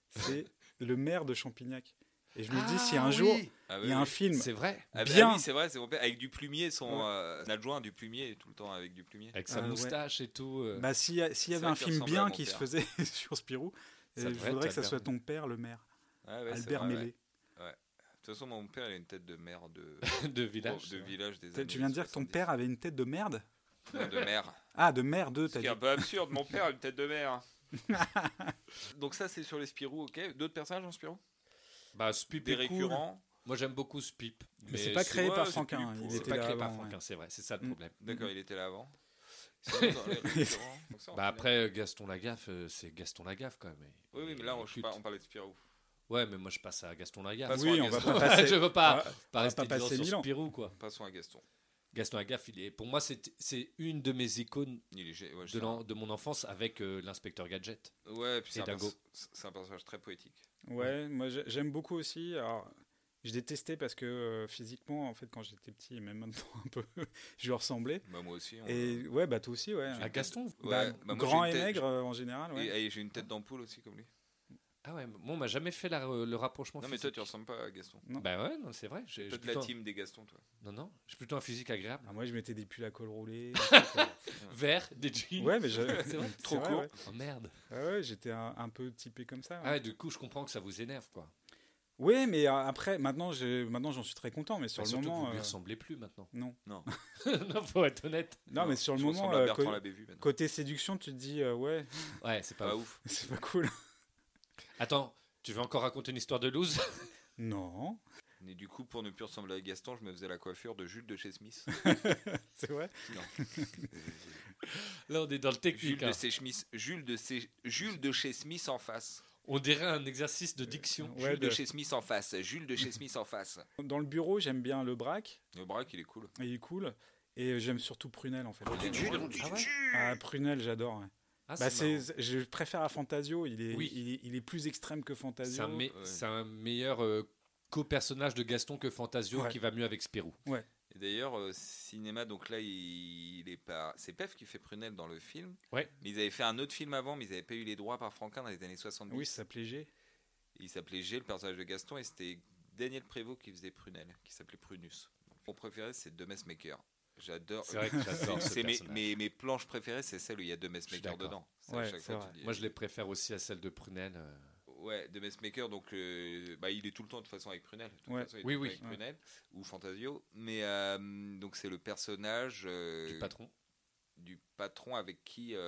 C'est le maire de Champignac. Et je me dis, si un jour, Ah, il y a oui, un oui. film C'est vrai, Ah, bah, bien. ah oui, c'est vrai, c'est mon père. Avec du plumier, son Ouais. euh, adjoint du plumier, tout le temps avec du plumier. avec sa Euh, ouais. moustache et tout. euh. Bah, s'il y, a- s'il y C'est avait vrai un qu'il film ressemble à bien mon qui se père. faisait sur Spirou, Ça euh, je devrait être voudrais que ça Albert. soit ton père, le maire, Ah, ouais, c'est Albert vrai, ouais. Mélé. De toute façon, mon père, il a une tête de mère de, Bah, de village. de village des T'as- années Tu viens de dire que ton 70. père avait une tête de merde Non, de mère. Ah, de merde, Ce t'as qui est dit. un peu absurde, mon père a une tête de mer. Donc ça c'est sur les Spirou, ok. D'autres personnages en Spirou Bah, Spip Des est cool. récurrents Moi j'aime beaucoup Spip. Mais, c'est pas créé ouais, par c'est Franquin. plus Il pour- C'est était pas là créé par avant, ouais. Franquin, c'est vrai, c'est ça le Mm. problème. D'accord, il était là avant. Sinon, dans les récurrents, comme ça, on Bah connaît. après, Gaston Lagaffe, euh, c'est Gaston Lagaffe quand même. Oui, oui, mais là on, je sais pas, on parlait de Spirou. Ouais, mais moi je passe à Gaston Lagaffe. Passons Oui, à on va Gaston. pas passer. je veux pas, Ah, pas va rester pas dix ans passer sur mille ans. Spirou, quoi. Passons à Gaston. Gaston Lagaffe, il est, pour moi, c'est c'est une de mes icônes Il est gé- ouais, de, c'est un- l'en- de mon enfance avec euh, l'inspecteur Gadget. Ouais, puis c'est Et un, perso- Dingo. c'est un personnage très poétique. Ouais, moi j'ai- j'aime beaucoup aussi. Alors, je détestais parce que euh, physiquement, en fait, quand j'étais petit, et même maintenant un peu, je lui ressemblais. Bah, moi aussi. on- Et ouais, bah toi aussi, ouais. J'ai À une tête- Ah, Gaston Ouais, Bah, bah, moi, grand j'ai et une tête- maigre euh, en général, ouais. Et, et j'ai une tête d'ampoule aussi comme lui. Ah ouais, moi on m'a jamais fait la- le rapprochement Non mais toi physique. tu ressembles pas à Gaston. non. Bah ouais, non, c'est vrai. J'ai Toi j'ai de la plutôt, un- team des Gaston toi. non, non, j'ai plutôt un physique agréable. Ah, moi je mettais des euh, pulls à col roulé. Vert, des jeans. ouais, mais je... C'est vrai c'est Trop vrai, court. ouais. Oh merde. Ah ouais, j'étais un, un peu typé comme ça. Ah ouais, du coup, je comprends que ça vous énerve, quoi. Bah, Oui, mais euh, après, maintenant, j'ai- maintenant j'en suis très content, mais sur Bah, le surtout que vous moment. ne euh, lui ressemblez plus maintenant. Non. Non. non, faut être honnête. Non, mais sur le Je moment, ressemble à euh, Bertrand co- Labévu maintenant. côté séduction, tu te dis, euh, ouais, Ouais, c'est pas Bah, Pas ouf. ouf. c'est pas cool. Attends, tu veux encore raconter une histoire de loose Non, Et du coup pour ne plus ressembler à Gaston, je me faisais la coiffure de Jules de chez Smith. c'est vrai. Là, on est dans le Jules technique. de hein. chez Smith, Jules de chez Jules de chez Smith en face. On dirait un exercice de Euh, diction. Jules de chez Smith en face. Jules de chez Smith en face. Dans le bureau, j'aime bien le braque. Le braque, il est cool. Il est cool. Et j'aime surtout Prunel en fait. dit Jules, on dit Ah ouais Ah, Prunel, j'adore. ouais. Mm. Ah, Bah, c'est c'est- je préfère à Fantasio. Il est, Oui. il est, il est plus extrême que Fantasio. C'est un, me- c'est un meilleur euh, co-personnage de Gaston que Fantasio Ouais. qui va mieux avec Spirou. Et d'ailleurs, euh, cinéma, donc là, il, il est pas. C'est Pef qui fait Prunel dans le film. Ouais. Mais ils avaient fait un autre film avant, mais ils n'avaient pas eu les droits par Franquin dans les années 70. Oui, ça s'appelait G. Il s'appelait G, le personnage de Gaston, et c'était Daniel Prévost qui faisait Prunel, qui s'appelait Prunus. Mon préféré, c'est The Messmaker. J'adore. C'est vrai que j'adore ce C'est mes, personnage. mes, mes planches préférées, c'est celle où il y a The Je suis d'accord. Messmaker dedans. Ça, à chaque fois, tu dis- Moi, je les préfère aussi à celle de Prunel. euh. Ouais, The Messmaker, donc euh, bah, il est tout le temps de toute façon avec Prunel. De toute Ouais. façon, il est Oui, tout le oui. temps Avec Prunel ou Fantasio. Mais euh, donc c'est le personnage. euh, Du patron. Du patron avec qui euh,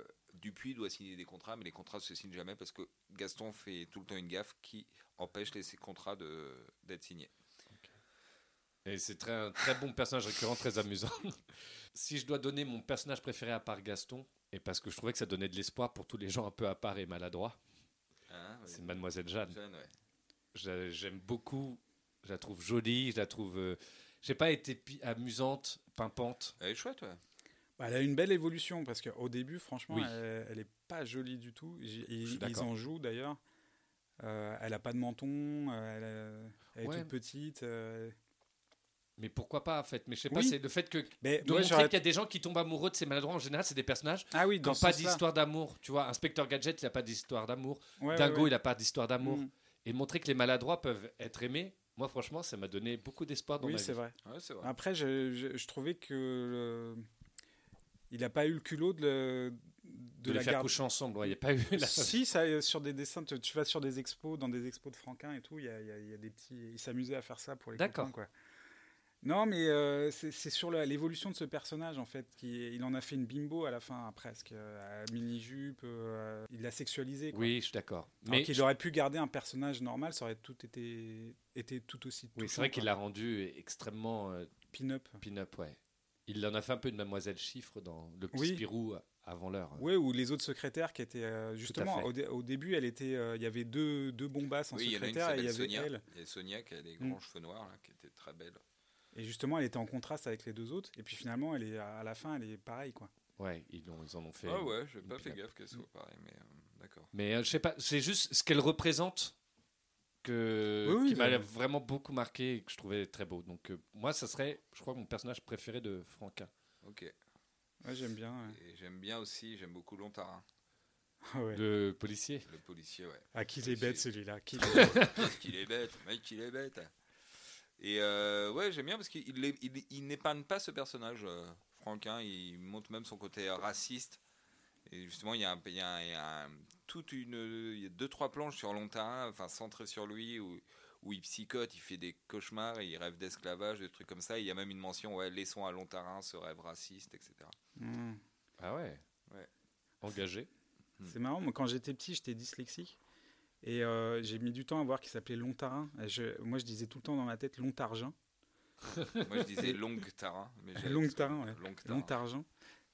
euh, Dupuis doit signer des contrats, mais les contrats se signent jamais parce que Gaston fait tout le temps une gaffe qui empêche les, ces contrats de- d'être signés. Et c'est très, un très bon personnage récurrent, très amusant. si je dois donner mon personnage préféré à part Gaston, et parce que je trouvais que ça donnait de l'espoir pour tous les gens un peu à part et maladroits, Hein, ouais. c'est Mademoiselle Jeanne. Jeanne, ouais. Je- J'aime beaucoup, je la trouve jolie, je la trouve. euh, J'ai pas été pi- amusante, pimpante. Elle est chouette, ouais. Bah, elle a une belle évolution parce qu'au début, franchement, Oui. elle, elle est pas jolie du tout. J- suis Ils, ils d'accord. en jouent d'ailleurs. Euh, elle a pas de menton. euh, Elle, a- elle est Ouais. toute petite. euh. Mais pourquoi pas en fait Mais je sais pas, Oui. c'est le fait que Mais de moi, montrer j'aurais- qu'il y a des gens qui tombent amoureux de ces maladroits en général, c'est des personnages Ah oui, qui n'ont dans pas ce sens-là. d'histoire d'amour. Tu vois, Inspecteur Gadget, il a pas d'histoire d'amour. Ouais, ouais, Dingo, ouais. il a pas d'histoire d'amour. Mm. Et montrer que les maladroits peuvent être aimés, moi franchement, ça m'a donné beaucoup d'espoir dans ma Oui, vie. c'est vrai. Ouais, c'est vrai. Après, je, je- je trouvais que le- il n'a pas eu le culot de, le- De, les la faire garde. coucher ensemble, ouais, il n'y a pas eu. la- Si, ça, euh, sur des dessins, tu, tu vas sur des expos, dans des expos de Franquin et tout, il y a, il y a- il y a des petits. Ils s'amusaient à faire ça pour les D'accord. copains, quoi. Non, mais euh, c'est c'est sur la- l'évolution de ce personnage, en fait. Qui, est- il en a fait une bimbo à la fin, presque. euh, à mini-jupe, euh, il l'a sexualisé. Quoi. Oui, je suis d'accord. Mais Mais qu'il aurait pu garder un personnage normal, ça aurait tout été, été tout hein. aussi. oui, c'est touchant, vrai qu'il quoi. l'a rendu extrêmement euh, Pin-up. pin-up, ouais. Il en a fait un peu une Mademoiselle Chiffre dans Le Petit Oui. Spirou euh, avant l'heure. Ouais, ou les autres secrétaires qui étaient euh, justement fait. au, dé- au début, elle était, euh, il y avait deux deux bombasses en Oui, il y en a une qui secrétaire et il y s'appelle avait Sonia. elle. Il y a Sonia qui a des Mm. grands cheveux noirs, là, qui était très belle. Et justement, elle était en contraste avec les deux autres. Et puis finalement, elle est à la fin, elle est pareille quoi. Ouais, ils, l'ont- ils en ont fait. Ah une- ouais, j'ai une pas fait pin-up. gaffe qu'elle soit pareille, mais euh, d'accord. Mais euh, je sais pas, c'est juste ce qu'elle représente que, Oui, oui, qui m'a mais- vraiment beaucoup marqué et que je trouvais très beau. Donc euh, moi, ça serait, je crois, mon personnage préféré de Franquin. Ok. Ouais, j'aime bien. ouais. Et j'aime bien aussi, j'aime beaucoup Lontarin, Ah ouais. Le policier. le policier, ouais. Ah, qu'il est bête celui-là. Qu'il est bête. Parce qu'il est bête, mec, qu'il est bête. Et euh, ouais, j'aime bien parce qu'il l'é- il, il n'épargne pas ce personnage, euh, Franquin. Il montre même son côté raciste. Et justement, il y a, un, il y a un- il y a un- toute une, il y a deux trois planches sur Lontarin, enfin centrées sur lui où, où il psychote, il fait des cauchemars, il rêve d'esclavage, des trucs comme ça. Il y a même une mention, ouais, laissons à Lontarin ce rêve raciste, etc. Mm. Ah ouais. Ouais. Engagé. C'est marrant. Moi, quand j'étais petit, j'étais dyslexique. Et euh, j'ai mis du temps à voir qu'il s'appelait Lontarin. Et je- moi, je disais tout le temps dans ma tête Lontargin. Moi, je disais Longtarin, mais j'ai- Longtarin, ouais. Longtarin. Lontargin.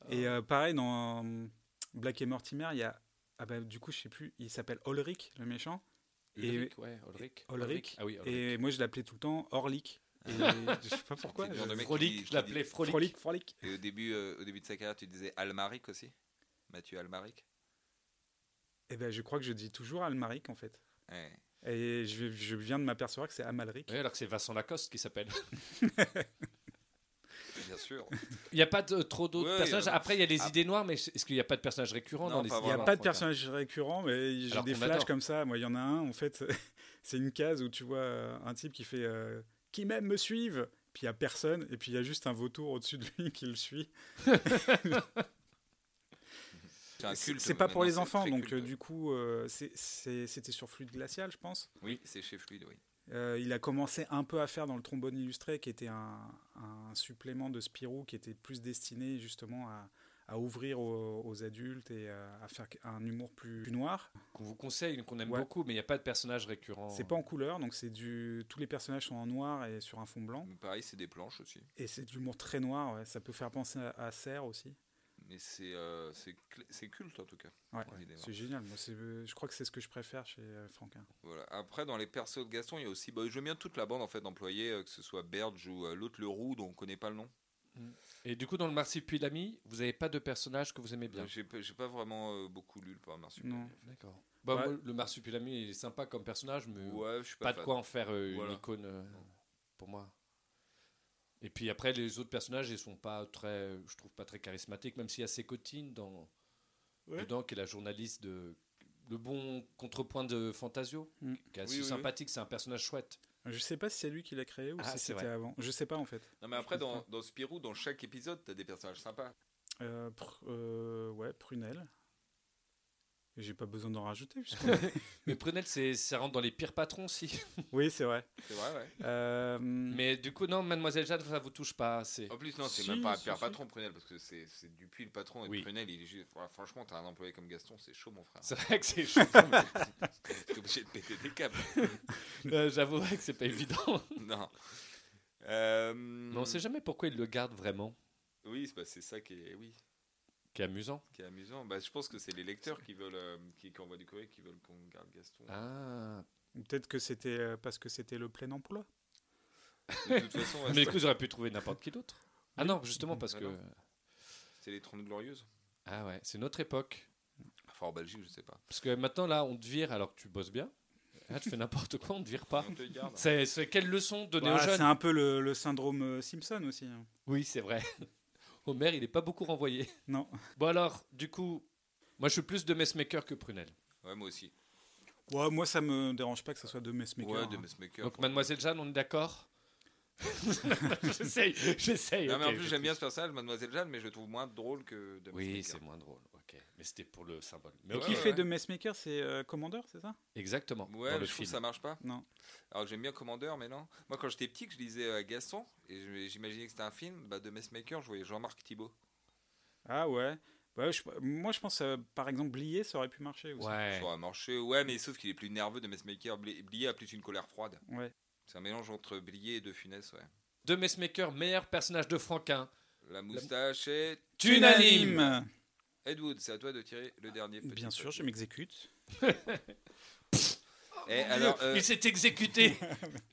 Et euh, pareil, dans euh, Black et Mortimer, il y a. Ah bah, du coup, je sais plus, il s'appelle Ulrich, le méchant. Et- Ulrich, ouais, Ulrich. Ulrich. Ah oui, Ulrich. Et moi, je l'appelais tout le temps Orlick. Et je sais pas pourquoi. C'est le genre de je- mec Frolic, qui- je l'appelais qui dit- Frolic. Frolic, Frolic. Et au début, euh, au début de sa carrière, tu disais Almaric aussi Mathieu Almaric Et ben, je crois que je dis toujours Almaric, en fait. Ouais. Et je, je viens de m'apercevoir que c'est Amalric. Ouais, alors que c'est Vincent Lacoste qui s'appelle. Bien sûr. Il n'y a pas de- trop d'autres Ouais, personnages. il y a- Après, il y a les Ah. idées noires, mais est-ce qu'il n'y a pas de personnages récurrents Non, dans les pas idées Il n'y a vraiment. noires, pas de Franquin personnage récurrent, mais j'ai Alors des qu'on flashs adore. comme ça. Moi, il y en a un, en fait, c'est une case où tu vois euh, un type qui fait euh, Qui m'aime me suive Puis il n'y a personne, et puis il y a juste un vautour au-dessus de lui qui le suit. C'est un C'est culte, c'est pas pour maintenant, les c'est enfants, très donc culte. euh, du coup, euh, c'est- c'est- c'était sur Fluide Glacial, je pense. Oui, c'est chez Fluide, oui. Euh, il a commencé un peu à faire dans le trombone illustré, qui était un, un supplément de Spirou, qui était plus destiné justement à, à ouvrir aux, aux adultes et euh, à faire un humour plus, plus noir. Qu'on vous conseille, qu'on aime Ouais. beaucoup, mais il n'y a pas de personnages récurrents. C'est pas en couleur, donc c'est du tous les personnages sont en noir et sur un fond blanc. Mais pareil, c'est des planches aussi. Et c'est de l'humour très noir, ouais. ça peut faire penser à, à Serre aussi. Mais c'est euh, c'est cl- c'est culte en tout cas. Ouais, on est des- c'est génial. Moi, c'est, euh, je crois que c'est ce que je préfère chez euh, Franquin. Voilà. Après, dans les persos de Gaston, il y a aussi. Bah, J'aime bien toute la bande en fait d'employés, euh, que ce soit Berge ou euh, l'autre Leroux, dont on connaît pas le nom. Et du coup, dans le Marsupilami, vous n'avez pas de personnage que vous aimez bien J'ai pas, j'ai pas vraiment euh, beaucoup lu le Parmar Non. D'accord. Bah, Ouais. moi, le Marsupilami est sympa comme personnage, mais Ouais, je suis pas pas, de fan. quoi en faire euh, Voilà. une icône euh, pour moi. Et puis après, les autres personnages, ils sont pas très, je trouve pas très charismatiques, même s'il y a Sécotine dans Ouais. dedans, qui est la journaliste de le bon contrepoint de Fantasio, Mm. qui est assez Oui, oui, oui. sympathique. C'est un personnage chouette. Je sais pas si c'est lui qui l'a créé ou Ah, si c'est c'était vrai. avant. Je sais pas en fait. Non, mais après, dans, dans Spirou, dans chaque épisode, t'as des personnages sympas. Euh, pr- euh, ouais, Prunelle. Et J'ai pas besoin d'en rajouter. puisqu'on est- Mais Prunel, c'est ça rentre dans les pires patrons, si. oui, c'est vrai. C'est vrai, ouais. Euh, Mais du coup, non, Mademoiselle Jeanne, ça vous touche pas assez. En plus, non, c'est Si, même pas un si, père si. patron, Prunel, parce que c'est c'est Dupuis le patron, et Oui. Prunel, il est juste. ouais, franchement, t'as un employé comme Gaston, c'est chaud, mon frère. C'est vrai que c'est chaud. T'es obligé de péter des câbles. Euh, J'avoue que c'est pas évident. non. Euh, Mais on sait jamais pourquoi ils le gardent vraiment. Oui, c'est bah, c'est ça qui est, oui, Qui est amusant. qui est amusant. Bah, je pense que c'est les lecteurs qui veulent, euh, qui, qui envoient du courrier, qui veulent qu'on garde Gaston. Ah. Peut-être que c'était euh, parce que c'était le plein emploi. De toute façon, ouais, Mais c'est- du coup, ils auraient pu trouver n'importe qui d'autre. Ah non, justement, parce Ah que. non. c'est les 30 glorieuses. Ah ouais, c'est notre époque. Enfin, en Belgique, je sais pas. Parce que maintenant, là, on te vire alors que tu bosses bien. Là, tu fais n'importe quoi, on te vire pas. On te garde. C'est c'est- quelle leçon donner Bah, aux jeunes c'est un peu le, le syndrome euh, Simpson aussi. hein. Oui, c'est vrai. Homer, il n'est pas beaucoup renvoyé. Non. Bon, alors, du coup, moi, je suis plus de Messmaker que Prunel. Ouais, moi aussi. Ouais, moi, ça me dérange pas que ce soit de Messmaker. ouais, hein. de Messmaker. Donc, Mademoiselle Jeanne, on est d'accord J'essaye, j'essaye. Non, mais en ok, plus, je j'aime bien touche. ce personnage, Mademoiselle Jeanne, mais je le trouve moins drôle que de Oui, c'est Messmaker. moins drôle. Ok, mais c'était pour le symbole. Mais Et ok. qui Ouais, fait ouais. de Messmaker, c'est euh, Commander, c'est ça Exactement. Ouais, dans je le trouve film. que ça marche pas. Non. Alors j'aime bien Commandeur, mais non. Moi, quand j'étais petit, que je lisais euh, Gaston et je- j'imaginais que c'était un film. Bah, de Messmaker, je voyais Jean-Marc Thibault. Ah ouais. Bah, je- moi, je pense, euh, par exemple, Blié, ça aurait pu marcher aussi. Ça Ouais. aurait marché. Ouais, mais sauf qu'il est plus nerveux de Messmaker. Bli- Blié a plus une colère froide. Ouais. C'est un mélange entre Blié et De Funès, ouais. De Messmaker, meilleur personnage de Franquin. La moustache est Unanime Ed Wood. C'est à toi de tirer le dernier. Petit Ah, Bien sûr, papier. je m'exécute. Et Oh alors, euh, Oh, Il s'est exécuté.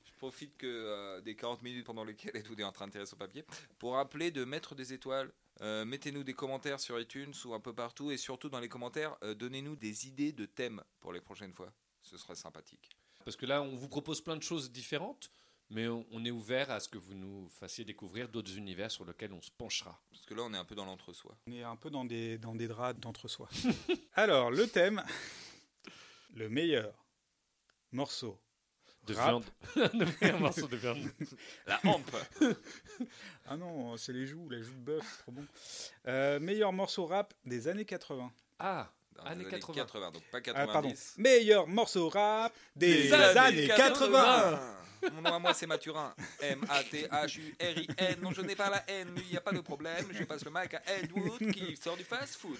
je profite que euh, des 40 minutes pendant lesquelles Ed Wood est en train de tirer son papier pour rappeler de mettre des étoiles. Euh, Mettez-nous des commentaires sur iTunes ou un peu partout et surtout dans les commentaires, euh, donnez-nous des idées de thèmes pour les prochaines fois. Ce serait sympathique. Parce que là, on vous propose plein de choses différentes, mais on, on est ouvert à ce que vous nous fassiez découvrir d'autres univers sur lesquels on se penchera. Parce que là, on est un peu dans l'entre-soi. On est un peu dans des, dans des draps d'entre-soi. Alors, le thème. Le meilleur morceau. De Rap. viande. de meilleur morceau de viande. La hampe Ah non, c'est les joues, les joues de bœuf, c'est trop bon. Euh, meilleur morceau rap des années 80. Ah, Dans Années les 80. donc pas Ah, pardon. 90. Meilleur morceau rap des, années 80. Mon nom à moi, c'est Mathurin. M-A-T-H-U-R-I-N. Non, je n'ai pas la haine, mais il n'y a pas de problème. Je passe le mic à Ed Wood qui sort du fast-food.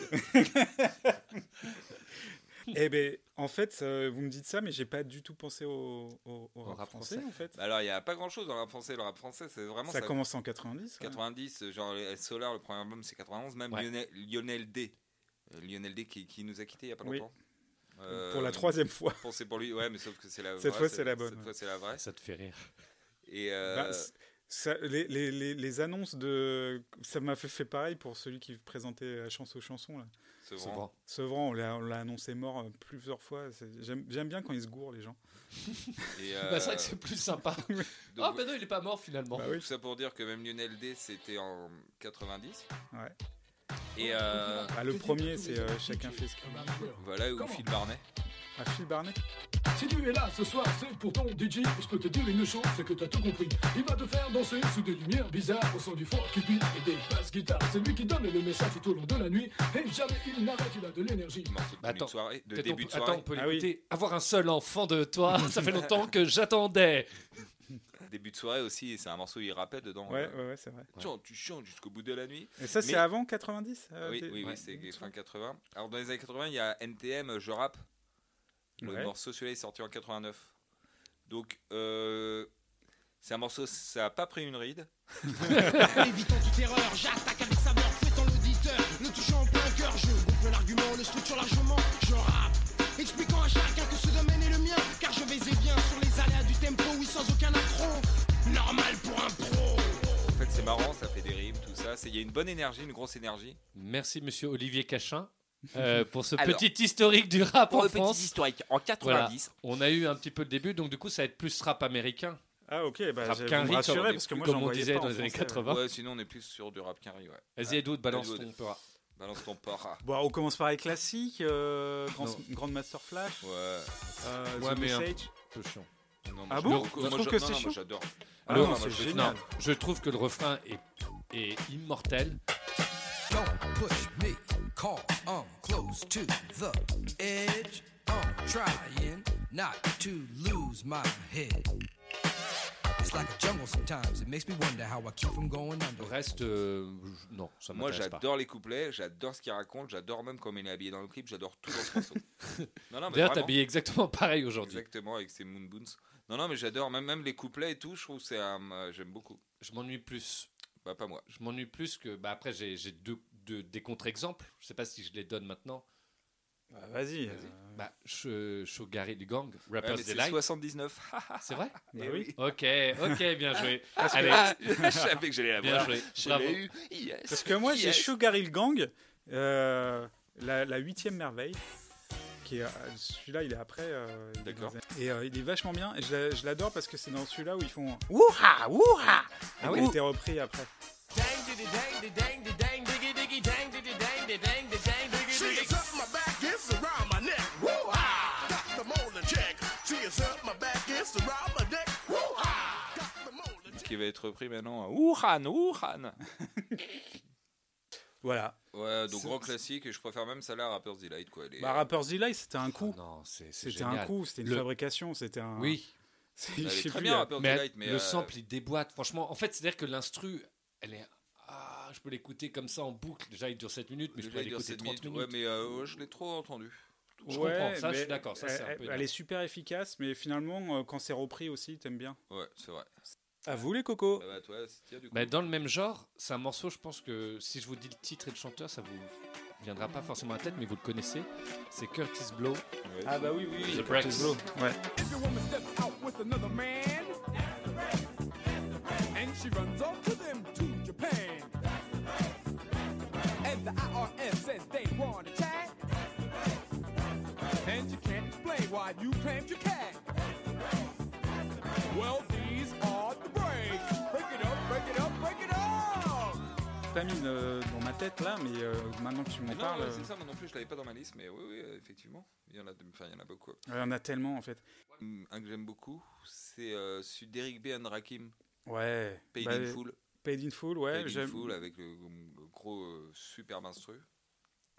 Eh ben, en fait, euh, vous me dites ça, mais j'ai pas du tout pensé au, au, au rap, rap français, français. en fait. Alors, il n'y a pas grand-chose dans le rap français. Le rap français, c'est Bah, vraiment... ça ça- commence en 90. ouais. 90, euh, genre euh, Solar, le premier album, c'est 91. Même Ouais. Lionel, Lionel D. Euh, Lionel D qui, qui nous a quittés il n'y a pas Oui. longtemps. Euh, Pour la troisième fois. Pensez pour lui, ouais, mais sauf que c'est la Cette vraie, fois, c'est la bonne. Cette fois, c'est la vraie. Ça te fait rire. Et euh, Bah, c- ça- les, les- les- les annonces de. Ça m'a fait, fait pareil pour celui qui présentait euh, Chance aux chansons. Là. ce C'est grand- vrai. Sevran, on l'a on l'a annoncé mort euh, plusieurs fois. C'est- J'aime j'aime bien quand ils se gourrent, les gens. et, euh, Bah, c'est vrai que c'est plus sympa. donc, Ah, bah non, il est pas mort finalement. Bah oui. Tout ça pour dire que même Lionel D, c'était en 90. Ouais. Et euh, Ah, le premier, c'est euh, Chacun fait ce qu'il veut. voilà, où Phil Barnet. Ah, Phil Barnet Si tu es là ce soir, c'est pour ton DJ. Je peux te dire une chose, c'est que t'as tout compris. Il va te faire danser sous des lumières bizarres au son du fort qui beat et des basses guitares. C'est lui qui donne le message tout au long de la nuit. Et jamais il n'arrête, il a de l'énergie. Morceau de, Bah, tenue de attends, soirée, de Peut-être début on, de peut- soirée. Attends, on peut Ah oui. l'écouter. Avoir un seul enfant de toi, ça fait longtemps que j'attendais. Début de soirée aussi, c'est un morceau, il rappelle dedans. Ouais, euh, ouais, ouais, c'est vrai. Tiens, tu chantes jusqu'au bout de la nuit. Et ça, c'est Mais- avant 90 euh, oui, t'es- oui, ouais. oui, c'est fin 80. Alors dans les années 80, il y a NTM, euh, Je rappe. Le Ouais. morceau, celui-là, est sorti en 89. Donc, euh, c'est un morceau, ça a pas pris une ride. Évitant toute erreur, j'attaque avec saveur, fouettant l'auditeur. Le me touchant en plein cœur, je gonfle l'argument, le structure largement, je rappe. Expliquant à chacun que ce domaine est le mien, car je vais et viens sur les aléas du tempo, oui, sans aucun accro. Normal pour un pro. En fait, c'est marrant, ça fait des rimes, tout ça. C'est- Il y a une bonne énergie, une grosse énergie. Merci monsieur Olivier Cachin euh, pour ce Alors, petit historique du rap pour en le petit France. historique, en 90. Voilà. On a eu un petit peu le début, donc du coup ça va être plus rap américain. Ah ok, bah, rap je- vous qu'un me riz, rassurez, comme- parce que moi, comme j'en on voyais disait pas dans en les années français, ouais. 80. Ouais, sinon on est plus sur du rap qu'un riz, ouais. Vas-y, Ouais. Edoud, balance Edoud. ton para. Balance ton para. Bon, on commence par les classiques, euh, Grand- Non. Grande Master Flash, Ouais. euh, Ouais, The mais un Message. peu chiant. Non, moi, ah je- bon moi, Tu moi, trouves je- que non, c'est non, moi, chiant j'adore. Ah Le- non, c'est je- génial. non, je trouve que le refrain est, est immortel. Don't push me, call, I'm close to the edge. I'm trying not to lose my head. It's like a jungle sometimes, it makes me wonder how I keep from going under. Le reste, euh, je- non, ça Moi, m'intéresse pas. j'adore les couplets, j'adore ce qu'il raconte, j'adore même comme il est habillé dans le clip, j'adore tout dans ce morceau. Non, non, mais D'ailleurs, vraiment. t'habilles exactement pareil aujourd'hui. Exactement, avec ses moonboons. Non, non, mais j'adore, même, même les couplets et tout, je trouve que c'est un- euh, j'aime beaucoup. Je m'ennuie plus. Bah, pas moi. Je m'ennuie plus que. Bah, après, j'ai j'ai deux, deux- des contre-exemples. Je sais pas si je les donne maintenant. Bah, vas-y. Bah, Sh- Shogari du Gang, Ouais, Rappers mais c'est Delight. 79. C'est vrai bah Eh oui. Ok, ok, bien joué. Parce que- Allez. Ah, je savais que j'allais la Bien voir. joué. Je Bravo. l'ai eu. Yes, Parce que moi, j'ai yes. Sugar Hill Gang, euh, la, la huitième merveille. qui est, euh, Celui-là, il est après. euh, il est D'accord. dans les années- Et euh, il est vachement bien. Et je l'a- je l'adore parce que c'est dans celui-là où ils font Wouha Wouha Et Ah qui oui a été repris après. Dang diddy dang diddy dang diddy dang diggy diggy dang diddy dang diddy dang diddy dang diggy She is up my back, it's around my neck. Woo ah! Got the molar check. She is up my back, it's around my neck. Woo ah! Qui va être repris maintenant à Wuhan, Wuhan. Voilà. Ouais, donc C'est- grand classique, et je préfère même celle-là à Rapper's Delight. Quoi. Elle est- Bah, Rapper's Delight, c'était un coup. Ah Non, c'est c'est C'était un génial. coup, hein. c'était une Le- fabrication, c'était un. Oui. C'est- je sais plus, hein. là. mais, euh, le sample il déboîte. Franchement, en fait, c'est à dire que l'instru, elle est. Ah, je peux l'écouter comme ça en boucle. Déjà, il dure 7 minutes, mais je Déjà, peux il dure l'écouter sept 30 minutes. minutes. Ouais, mais euh, ouais, je l'ai trop entendu. Je Ouais, comprends, ça, je mais suis d'accord, ça, c'est un elle, peu elle énorme. est super efficace, mais finalement, euh, quand c'est repris aussi, t'aimes bien. Ouais, c'est vrai. À vous les cocos. Ah bah, toi, c'est tiens, du coup. Mais dans le même genre, c'est un morceau, je pense que si je vous dis le titre et le chanteur, ça vous viendra pas forcément à la tête, mais vous le connaissez. C'est Curtis Blow. Ah bah oui, oui, oui, The Curtis Breaks. Blow, ouais. If your woman steps out with another man, and she runs off with him to Japan, and the IRS says they want a tag, and you can't explain why you claimed your cat. Well, these are the breaks. Break it up, break it up, break it up. Pas mis euh, dans ma tête là, mais euh, maintenant que tu Mais m'en non, parles. ouais, euh, c'est ça, moi non plus, je l'avais pas dans ma liste, mais oui, oui, euh, effectivement. Il y en a, enfin, il y en a beaucoup. Il y en a tellement en fait. Hum, Un que j'aime beaucoup, c'est euh, celui d'Eric B. and Rakim. Ouais. Paid Bah, in Full. Paid in Full, ouais. Paid in j'aime. Full avec le, le gros euh, superbe instru.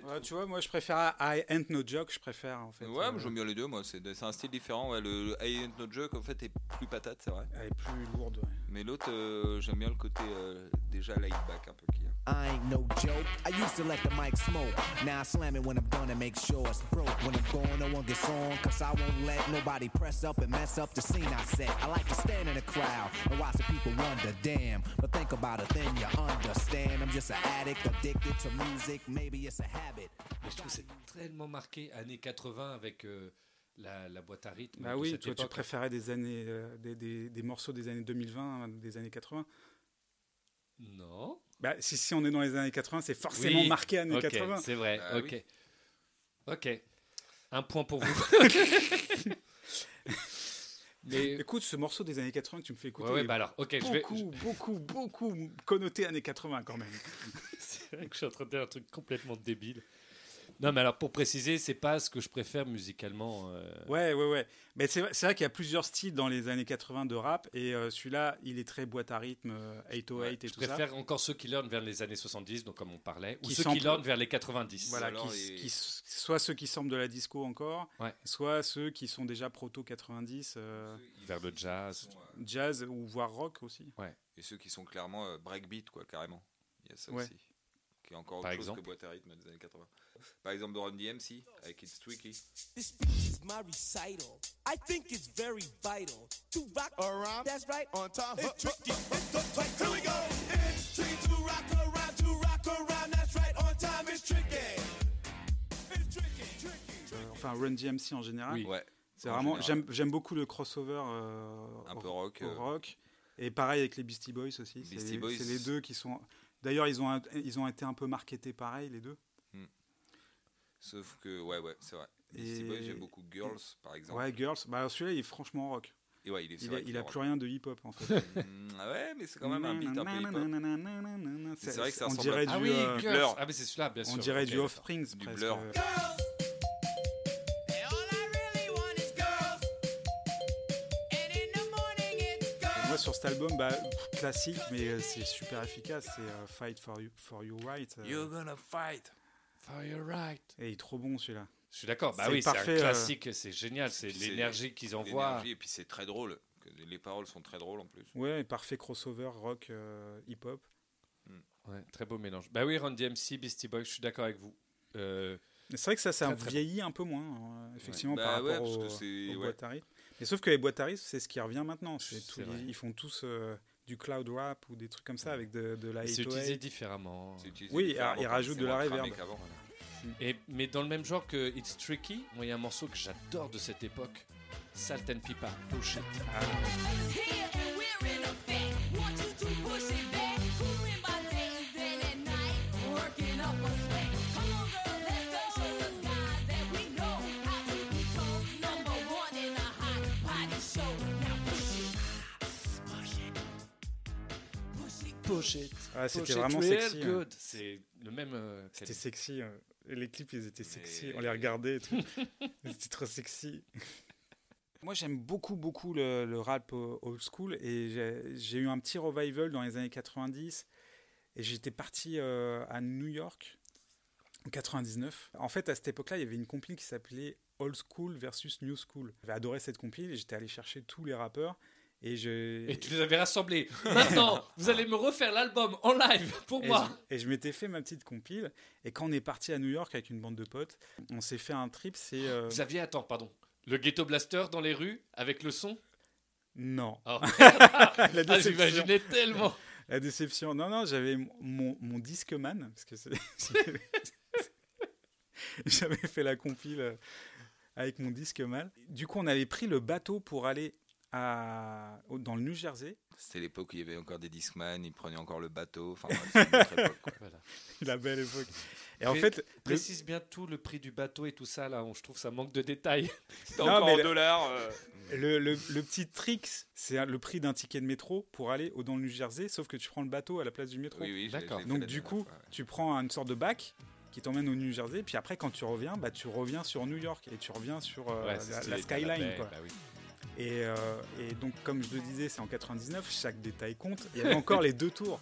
Ouais, tu vois, moi je préfère I Ain't No Joke, je préfère en fait. ouais, euh, mais j'aime bien les deux, moi. C'est c'est un style différent. Ouais, le le I Ain't No Joke, en fait, est plus patate, c'est vrai. Elle est plus lourde, ouais. Mais l'autre, euh, j'aime bien le côté euh, déjà laid back un peu qu'il y a. I ain't no joke. I used to let the mic smoke. Now I slam it when I'm done and make sure it's broke. When I'm gone, no one gets on. Cause I won't let nobody press up and mess up the scene I set. I like to stand in the crowd and watch the people wonder, damn. But think about it, then you understand. I'm just an addict, addicted to music. Maybe it's a habit. Mais je trouve que c'est tellement marqué, années 80, avec euh, la, la boîte à rythme. Bah de oui, cette toi tu époque. préférais des années, euh, des, des- des morceaux des années 2020, euh, des années 80. Non. Bah si, si on est dans les années 80, c'est forcément Oui, marqué années ok, 80. C'est vrai, Bah ok. oui. Ok. Un point pour vous. Mais- Écoute, ce morceau des années 80 que tu me fais écouter. Ouais, ouais, est bah alors, ok, je vais- beaucoup, beaucoup, beaucoup connoté années 80 quand même. c'est vrai que je suis en train de dire un truc complètement débile. Non, mais alors pour préciser, c'est pas ce que je préfère musicalement. euh, Ouais, ouais, ouais. Mais c'est vrai, c'est vrai qu'il y a plusieurs styles dans les années 80 de rap, et euh, celui-là, il est très boîte à rythme, euh, 808 et Je tout ça. préfère encore ceux qui learnent vers les années 70, donc comme on parlait, ou Qui ceux qui samplent- learnent vers les 90. Voilà, qui, qui s- soit ceux qui semblent de la disco encore, Ouais. soit ceux qui sont déjà proto 90, euh, vers le jazz. jazz ou voire rock aussi. Ouais. Et ceux qui sont clairement euh, breakbeat, quoi, carrément. Il y a ça Ouais. aussi. Qui est encore autre Par chose exemple que boîte à rythme des années 80. Par exemple, de Run DMC avec It's Tweaky. This speech is my recital. I think it's very vital to rock around. That's right, on time. It's tricky. It's the fight. Here we go. It's tricky to rock around, to rock around. That's right, on time. It's Euh, enfin Run DMC en général. Oui. Ouais, C'est en vraiment, général. j'aime j'aime beaucoup le crossover euh, Un au- peu rock, au euh. rock. Et pareil avec les Beastie Boys aussi. C'est Beastie les- Boys. c'est les deux qui sont. D'ailleurs, ils ont, un- ils ont été un peu marketés pareil, les deux. Sauf que, ouais, ouais, c'est vrai. Beastie Et- Boys, j'ai beaucoup Girls, par exemple. Ouais, Girls. Bah, alors celui-là, il est franchement rock. Et ouais, il est- c'est il, a, vrai qu'il il est a rock. plus rien de hip-hop en fait. Mm, ah ouais, mais c'est quand même un beat un peu hip-hop. C'est vrai que ça on ressemble dirait à- Ah du, oui, euh, Girls. Blur. Ah, mais c'est celui-là, bien On sûr. dirait Ok, du d'accord. Offspring Du presque. Blur. Et Moi sur cet album, bah, pff, classique, mais euh, c'est super efficace. C'est euh, Fight for You, for you Right. euh, You're gonna fight for your right. Et il est trop bon celui-là. Je suis d'accord. Bah oui, c'est hein. un classique, c'est génial, c'est l'énergie qu'ils envoient. l'énergie, Et puis c'est très drôle. que Les paroles sont très drôles en plus. Ouais, et parfait crossover rock euh, hip-hop. Ouais, très beau mélange. Bah oui, Run DMC, Beastie Boys, je suis d'accord avec vous. Euh, Mais C'est vrai que ça, ça Très, très vieillit un peu moins, hein, effectivement, Ouais. par Bah ouais, rapport parce aux, que c'est- aux ouais. boîtes à rythme. Mais sauf que les boîtes à rythme, c'est ce qui revient maintenant. C'est tous vrai. les- ils font tous euh, du cloud rap ou des trucs comme ça avec de, de la mais C'est utilisé 808. différemment. Oui, alors, ils rajoutent de la reverb. Et, mais dans le même genre que It's Tricky, moi, il y a un morceau que j'adore de cette époque. Salt and Pipa, Ah, Pochette. Ah, Pochette. Ah, c'était Pochette vraiment real sexy. hein. good. C'est le même. euh, C'était qualité. sexy. hein. Et les clips, ils étaient sexy. Mais- On les regardait et tout. C'était trop sexy. Moi, j'aime beaucoup, beaucoup le, le rap euh, old school. Et j'ai- j'ai eu un petit revival dans les années 90. Et j'étais parti euh, à New York en 99. En fait, à cette époque-là, il y avait une compile qui s'appelait Old School versus New School. J'avais adoré cette compile et j'étais allé chercher tous les rappeurs. Et, je... Et tu les avais rassemblés. Maintenant, vous allez me refaire l'album en live pour Et moi. je- Et je, m'étais fait ma petite compile. Et quand on est parti à New York avec une bande de potes, on s'est fait un trip. C'est euh, Vous aviez, attends, pardon, le ghetto blaster dans les rues avec le son non. Oh. La Ah, déception. j'imaginais tellement. La déception. Non, non, j'avais mon- mon, mon Discman parce que c'est- j'avais fait la compile euh, avec mon Discman. Du coup, on avait pris le bateau pour aller à au- dans le New Jersey. C'était l'époque où il y avait encore des Discman, ils prenaient encore le bateau. Enfin, bref, c'est une autre époque, quoi. La belle époque. Et en Pré- fait, le- précise bien tout le prix du bateau et tout ça là, on, je trouve ça manque de détails. Non, mais le- euh. Le, le- le petit trick, c'est un- le prix d'un ticket de métro pour aller au, dans le New Jersey, sauf que tu prends le bateau à la place du métro. Oui, oui, je l'ai- D'accord. je l'ai fait Donc la du dernière coup, fois, ouais. tu prends une sorte de bac qui t'emmène au New Jersey, puis après quand tu reviens, bah, tu reviens sur New York et tu reviens sur euh, Ouais, c'est stylé, la, la t'as la skyline. baie, quoi. bah oui. Et, euh, et donc comme je le disais, c'est en 99, chaque détail compte. Il y avait encore les deux tours.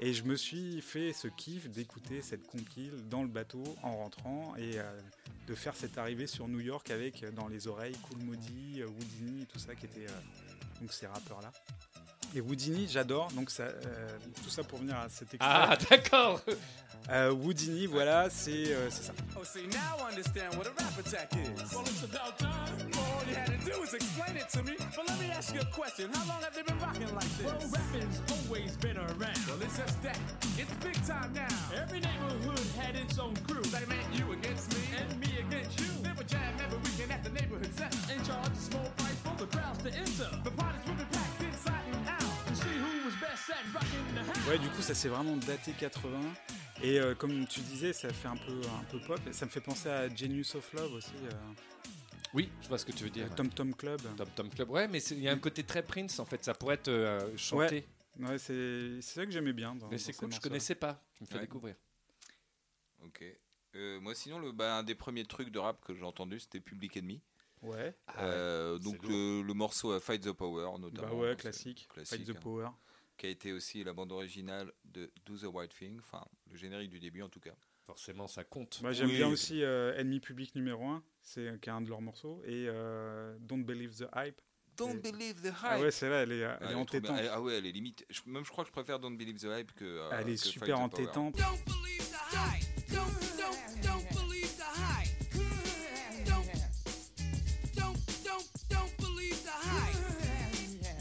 Et je me suis fait ce kiff d'écouter cette compile dans le bateau en rentrant et euh, de faire cette arrivée sur New York avec euh, dans les oreilles Cool Moody, euh, Houdini, tout ça qui était donc ces rappeurs là. Et Houdini, j'adore. Donc ça, euh, tout ça pour venir à cet extrait. Ah, d'accord. Euh, Houdini, voilà, c'est euh, c'est ça. Oh, see, now I understand what a rap attack is. Well, it's about time. All you had to do was explain it to me. But let me ask you a question. How long have they been rocking like this? Well, rapping's always been around. Well, it's just that. It's big time now. Every neighborhood had its own crew. They meant you against me. And me against you. They would jam every weekend at the neighborhood center. And charge a small price for the crowds to enter. The parties would be packed inside and out. To see who was best at rocking the house. Ouais, du coup, ça c'est vraiment daté 80. Et euh, comme tu disais, ça fait un peu, un peu pop. Et ça me fait penser à Genius of Love aussi. euh, Oui, je vois ce que tu veux dire. Tom Tom Club. Tom Tom Club, ouais, mais c'est- il y a un côté très Prince en fait, ça pourrait être euh, chanté. Ouais, ouais c'est c'est ça que j'aimais bien. dans- Mais dans c'est ces cool, je morceaux-là. connaissais pas, tu me fais Ouais. découvrir. Ok. Euh, moi, sinon, le, bah, un des premiers trucs de rap que j'ai entendu, c'était Public Enemy. Ah Ouais. Euh, donc, le, le morceau euh, Fight the Power, notamment. Bah ouais, Donc, classique. c'est Fight the Power. Qui a été aussi la bande originale de Do the White Thing, enfin, le générique du début en tout cas. Ah, Forcément, ça compte. Moi Bah, j'aime bien aussi euh, Ennemi Public numéro 1, c'est qui est un de leurs morceaux. Et euh, Don't Believe the Hype. Don't Et- believe the hype. Ah ouais, celle-là, elle est, elle est trop bien. entêtante. Elle- Ah ouais, elle est limite. je- même je crois que je préfère Don't Believe the Hype que. euh, Elle est que Fight super the Power. entêtante.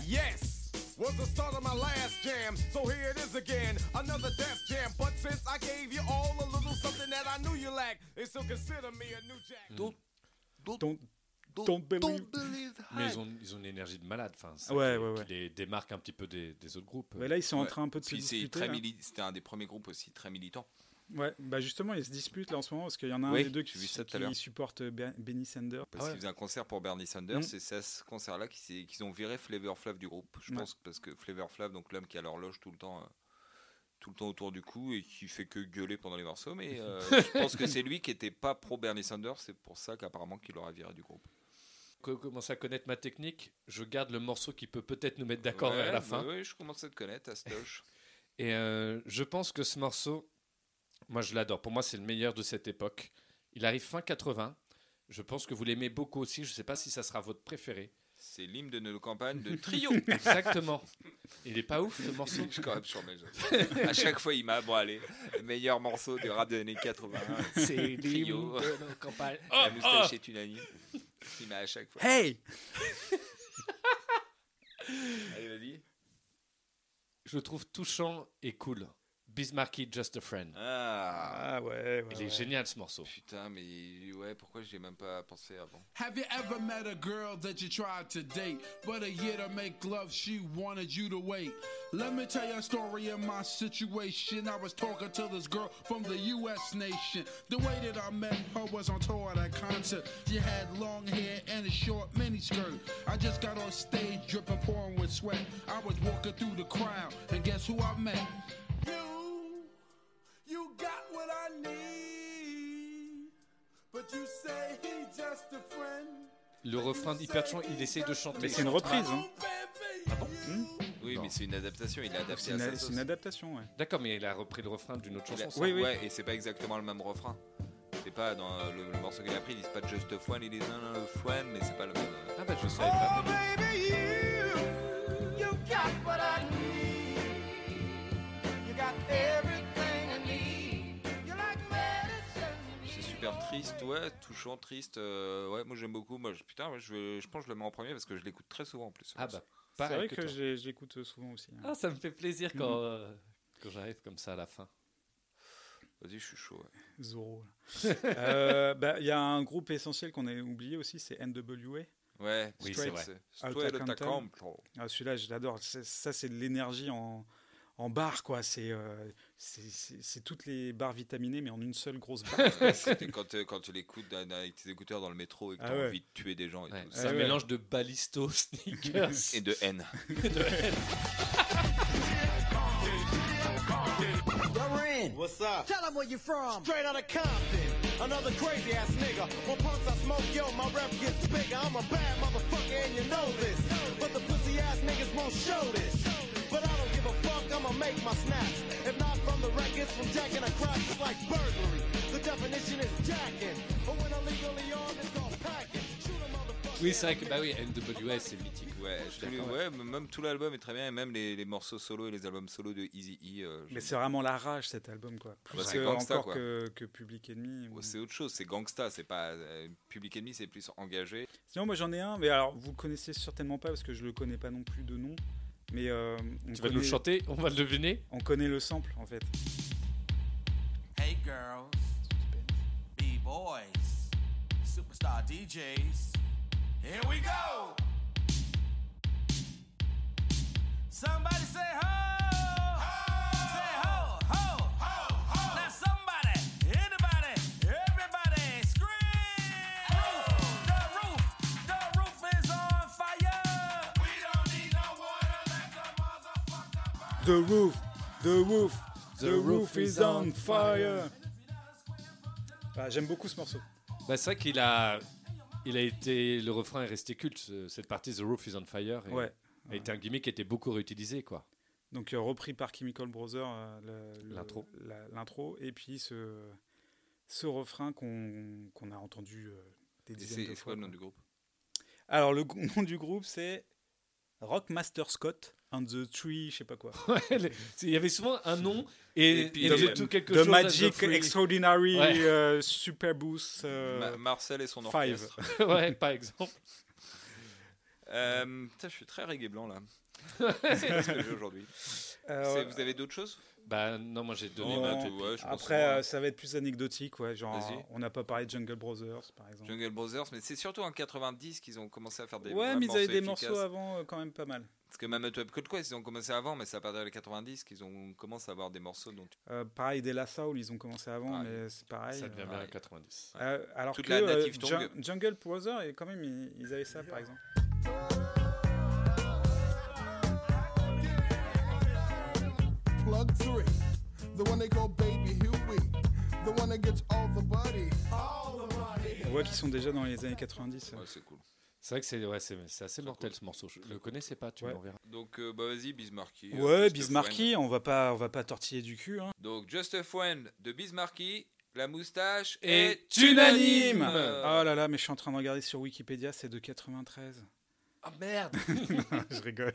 Yes, was the start of my last jam. So here it is again, another death jam. But since Mm. I gave you all a little something that I knew you lacked, they still consider me a new jack. Donc, Don't, don't believe. Mais ils ont, ils ont une énergie de malade, enfin, c'est ça Ouais, qui, ouais, ouais. qui les démarque un petit peu des, des autres groupes. Ouais, là, ils sont en train un peu de se Puis c'est disputer, très là. mili- C'était un des premiers groupes aussi très militant. Ouais, bah justement, ils se disputent là en ce moment parce qu'il y en a un Oui, des deux j'ai qui, vu ça tout à qui l'heure. supporte Ben- Benny Sanders. Ah Parce qu'ils faisaient un concert pour Bernie Sanders, Mm. et c'est à ce concert-là qu'ils s'est- qu'ils ont viré Flavor Flav du groupe. Je Ouais. pense parce que Flavor Flav, donc l'homme qui a l'horloge tout le temps, euh, tout le temps autour du cou et qui fait que gueuler pendant les morceaux, mais euh, je pense que c'est lui qui était pas pro Bernie Sanders, c'est pour ça qu'apparemment qu'il l'aurait viré du groupe. Co- commence à connaître ma technique. Je garde le morceau qui peut peut-être nous mettre d'accord Ouais, vers la bah fin. Oui, je commence à te connaître, Astoche. Et euh, je pense que ce morceau, moi je l'adore. Pour moi, c'est le meilleur de cette époque. Il arrive fin 80. Je pense que vous l'aimez beaucoup aussi. Je ne sais pas si ça sera votre préféré. c'est l'hymne de nos campagnes de trio. Exactement. Il est pas ouf ce morceau. Je suis quand même sur mes jambes. À chaque fois, il m'a bon allez, meilleur morceau du rap des années 80. C'est trio. l'hymne de nos campagnes. La Oh, moustache oh. est unanime. Il m'a à chaque fois. Hey Allez, vas-y. Je le trouve touchant et cool. Bismarcky, Just a Friend. Ah, ouais, Il est génial ce morceau. Putain, mais ouais, pourquoi j'ai même pas pensé avant Have you ever met a girl that you tried to date, but a year to make love, she wanted you to wait? Let me tell you a story of my situation. I was talking to this girl from the U.S. nation. The way that I met her was on tour at a concert. She had long hair and a short miniskirt. I just got on stage, dripping, pouring with sweat. I was walking through the crowd, and guess who I met? You, you got what I need, but you say he just a friend. Le refrain hyper touchant, il essaye de chanter. Mais c'est Il une chante reprise, pas. hein. Ah bon Oui, mais c'est une adaptation. Il a adapté C'est à une, sa c'est sauce. une adaptation, ouais. D'accord, mais il a repris le refrain d'une autre Il a- chanson. ça. Ouais, et c'est pas exactement le même refrain. C'est pas dans euh, le, le morceau qu'il a pris, ils disent pas Just a Fouane, ils disent non, non, Fouane, mais c'est pas le même. euh, Ah bah je savais pas. Oh, You got what I need. You got everything I need. You're like medicine. C'est super triste, ouais, touchant, triste. euh, ouais, moi j'aime beaucoup. Moi, je, putain, ouais, je, vais- je pense que je le mets en premier parce que je l'écoute très souvent en plus. Ah bah, C'est pareil vrai que que, toi. je l'ai- je l'écoute souvent aussi. hein. Ah, ça me fait plaisir quand, Mhm. euh, quand j'arrive comme ça à la fin. Vas-y, je suis chaud. ouais. Zorro. là. Euh, bah, Il y a un groupe essentiel qu'on a oublié aussi, c'est NWA. Ouais, Oui, c'est Straight vrai. Outta Straight Outta Compton. Compton. Ah, Celui-là, je l'adore. C'est- Ça, c'est de l'énergie en, en barre, quoi. C'est euh, c'est- c'est- c'est toutes les barres vitaminées, mais en une seule grosse barre. quoi. C'était quand, euh, quand tu l'écoutes dans- dans- avec tes écouteurs dans le métro et que Ah t'as ouais. envie de tuer des gens et tout. Ah, C'est un mélange de balisto, sneakers Et de haine. Doreen. What's up? Tell them where you from. Straight out of Compton. Another crazy ass nigga. When punks I smoke, yo, my rep gets bigger. I'm a bad motherfucker and you know this. But the pussy ass niggas won't show this. But I don't give a fuck, I'ma make my snaps. If not from the records, from jacking a crotch, it's like burglary. The definition is jacking. But when I'm legally armed, it's called packing. Shoot a motherfucker. Oui, c'est vrai que bah oui, NWA c'est mythique. Ouais, je trouve- ouais, mais même tout l'album est très bien et même les, les morceaux solo et les albums solo de Easy E. euh, j'aime mais c'est vraiment la rage, cet album, quoi. Ah Plus bah, c'est que- Gangsta, encore quoi. que, que Public Enemy. ou- Ouais, C'est autre chose, c'est gangsta, c'est pas euh, Public Enemy, c'est plus engagé. Sinon, moi, j'en ai un, mais alors, vous le connaissez certainement pas, parce que je le connais pas non plus de nom. Mais euh, on Tu vas nous le chanter, on va le deviner. On connaît le sample, en fait. Hey girls, B boys, superstar DJs, here we go. Somebody say ho, say ho, ho, ho, ho. Now somebody, anybody, everybody, scream. The roof, the roof is on fire. We don't need no water, let the The roof, the roof, the roof is on fire. Ah, J'aime beaucoup ce morceau. Bah, c'est vrai qu'il a, il a été, le refrain est resté culte. ce- Cette partie The Roof is on fire et- Ouais. a été un gimmick qui était beaucoup réutilisé quoi. Donc euh, repris par Chemical Brothers, euh, le- le- L'intro. la- l'intro, et puis ce, ce refrain qu'on qu'on a entendu euh, des Et dizaines c'est de c'est quoi fois. le nom quoi. du groupe Alors le gr- nom du groupe c'est Rockmaster Scott and the Tree, je sais pas quoi. Ouais, les- c'est- il y avait souvent un nom et, et The- surtout quelque The chose. Magic Free. Extraordinary Ouais. euh, Super Boost. euh, Ma- Marcel et son Five. orchestre. ouais, par exemple. Euh, putain, je suis très reggae blanc là. C'est ce que j'ai aujourd'hui. Ah C'est- Vous avez d'autres choses Bah non, moi j'ai donné on- ma Après, euh, ça va être plus anecdotique, ouais. Genre, Vas-y. on n'a pas parlé de Jungle Brothers, par exemple. hein. Jungle Brothers, mais c'est surtout en 90 qu'ils ont commencé à faire des ouais, vrais mais ils avaient des efficaces. morceaux avant, euh, quand même pas mal. Parce que même Web Cold Quest, ils ont commencé avant, mais c'est à partir des 90 qu'ils ont commencé à avoir des morceaux dont tu- Euh, pareil, des La Soul, ils ont commencé avant, Pareil. mais c'est pareil. Ça devient euh, bien ouais. 90. Euh, alors Toute que la euh, native Jun- tongue. Jungle Brothers, et quand même, ils, ils avaient ça, par exemple. Plug three. The one they call Baby Huey. The one that gets all the body. All the body. On voit qu'ils sont déjà dans les années 90. Ouais, c'est cool. C'est vrai que c'est ouais, c'est- c'est assez mortel ce morceau. Je le connaissais pas, tu Ouais. m'enverras. Donc, euh, bah vas-y, Bismarcky. euh, Ouais, Just a Bismarcky, on va pas, on va pas tortiller du cul. Hein. Friend. Donc, Just a Friend de Bismarcky, la moustache Et est unanime Oh là là, mais je suis en train de regarder sur Wikipédia, c'est de 93. Ah merde Je rigole.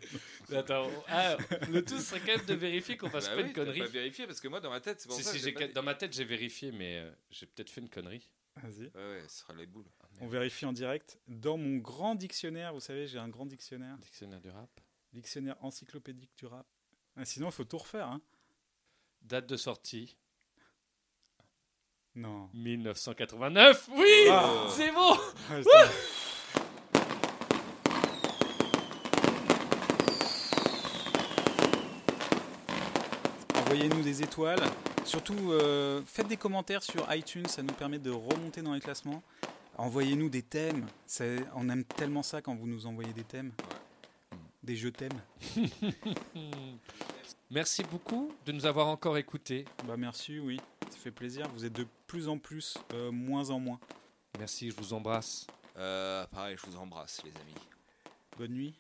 Attends, ah, le tout serait quand même de vérifier qu'on fasse pas Bah oui, une t'as connerie. pas vérifié, parce que moi, dans ma tête, c'est pour Si, ça si, que j'ai j'ai ca- pas- Dans ma tête, j'ai vérifié, mais euh, j'ai peut-être fait une connerie. Vas-y. Ouais, ouais, ce sera les boules. Ah, On vérifie en direct. Dans mon grand dictionnaire, vous savez, j'ai un grand dictionnaire. Dictionnaire du rap. Dictionnaire encyclopédique du rap. Ah, sinon, il faut tout refaire. Hein. Date de sortie Non. 1989. Oui, Ah. c'est bon. Ouais, Ouh Envoyez-nous des étoiles. Surtout, euh, faites des commentaires sur iTunes, ça nous permet de remonter dans les classements. Envoyez-nous des thèmes. C'est- on aime tellement ça quand vous nous envoyez des thèmes. Des jeux thèmes. Merci beaucoup de nous avoir encore écoutés. Bah merci, oui. Ça fait plaisir. Vous êtes de plus en plus, euh, moins en moins. Merci, je vous embrasse. Euh, pareil, je vous embrasse, les amis. Bonne nuit.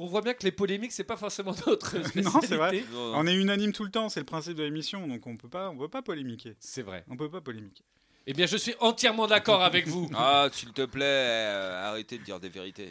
On voit bien que les polémiques, c'est pas forcément notre spécialité. Non, c'est vrai. On est unanime tout le temps, c'est le principe de l'émission, donc on peut pas, on peut pas polémiquer. C'est vrai. On peut pas polémiquer. Eh bien, je suis entièrement d'accord avec vous. Ah, s'il te plaît, euh, arrêtez de dire des vérités.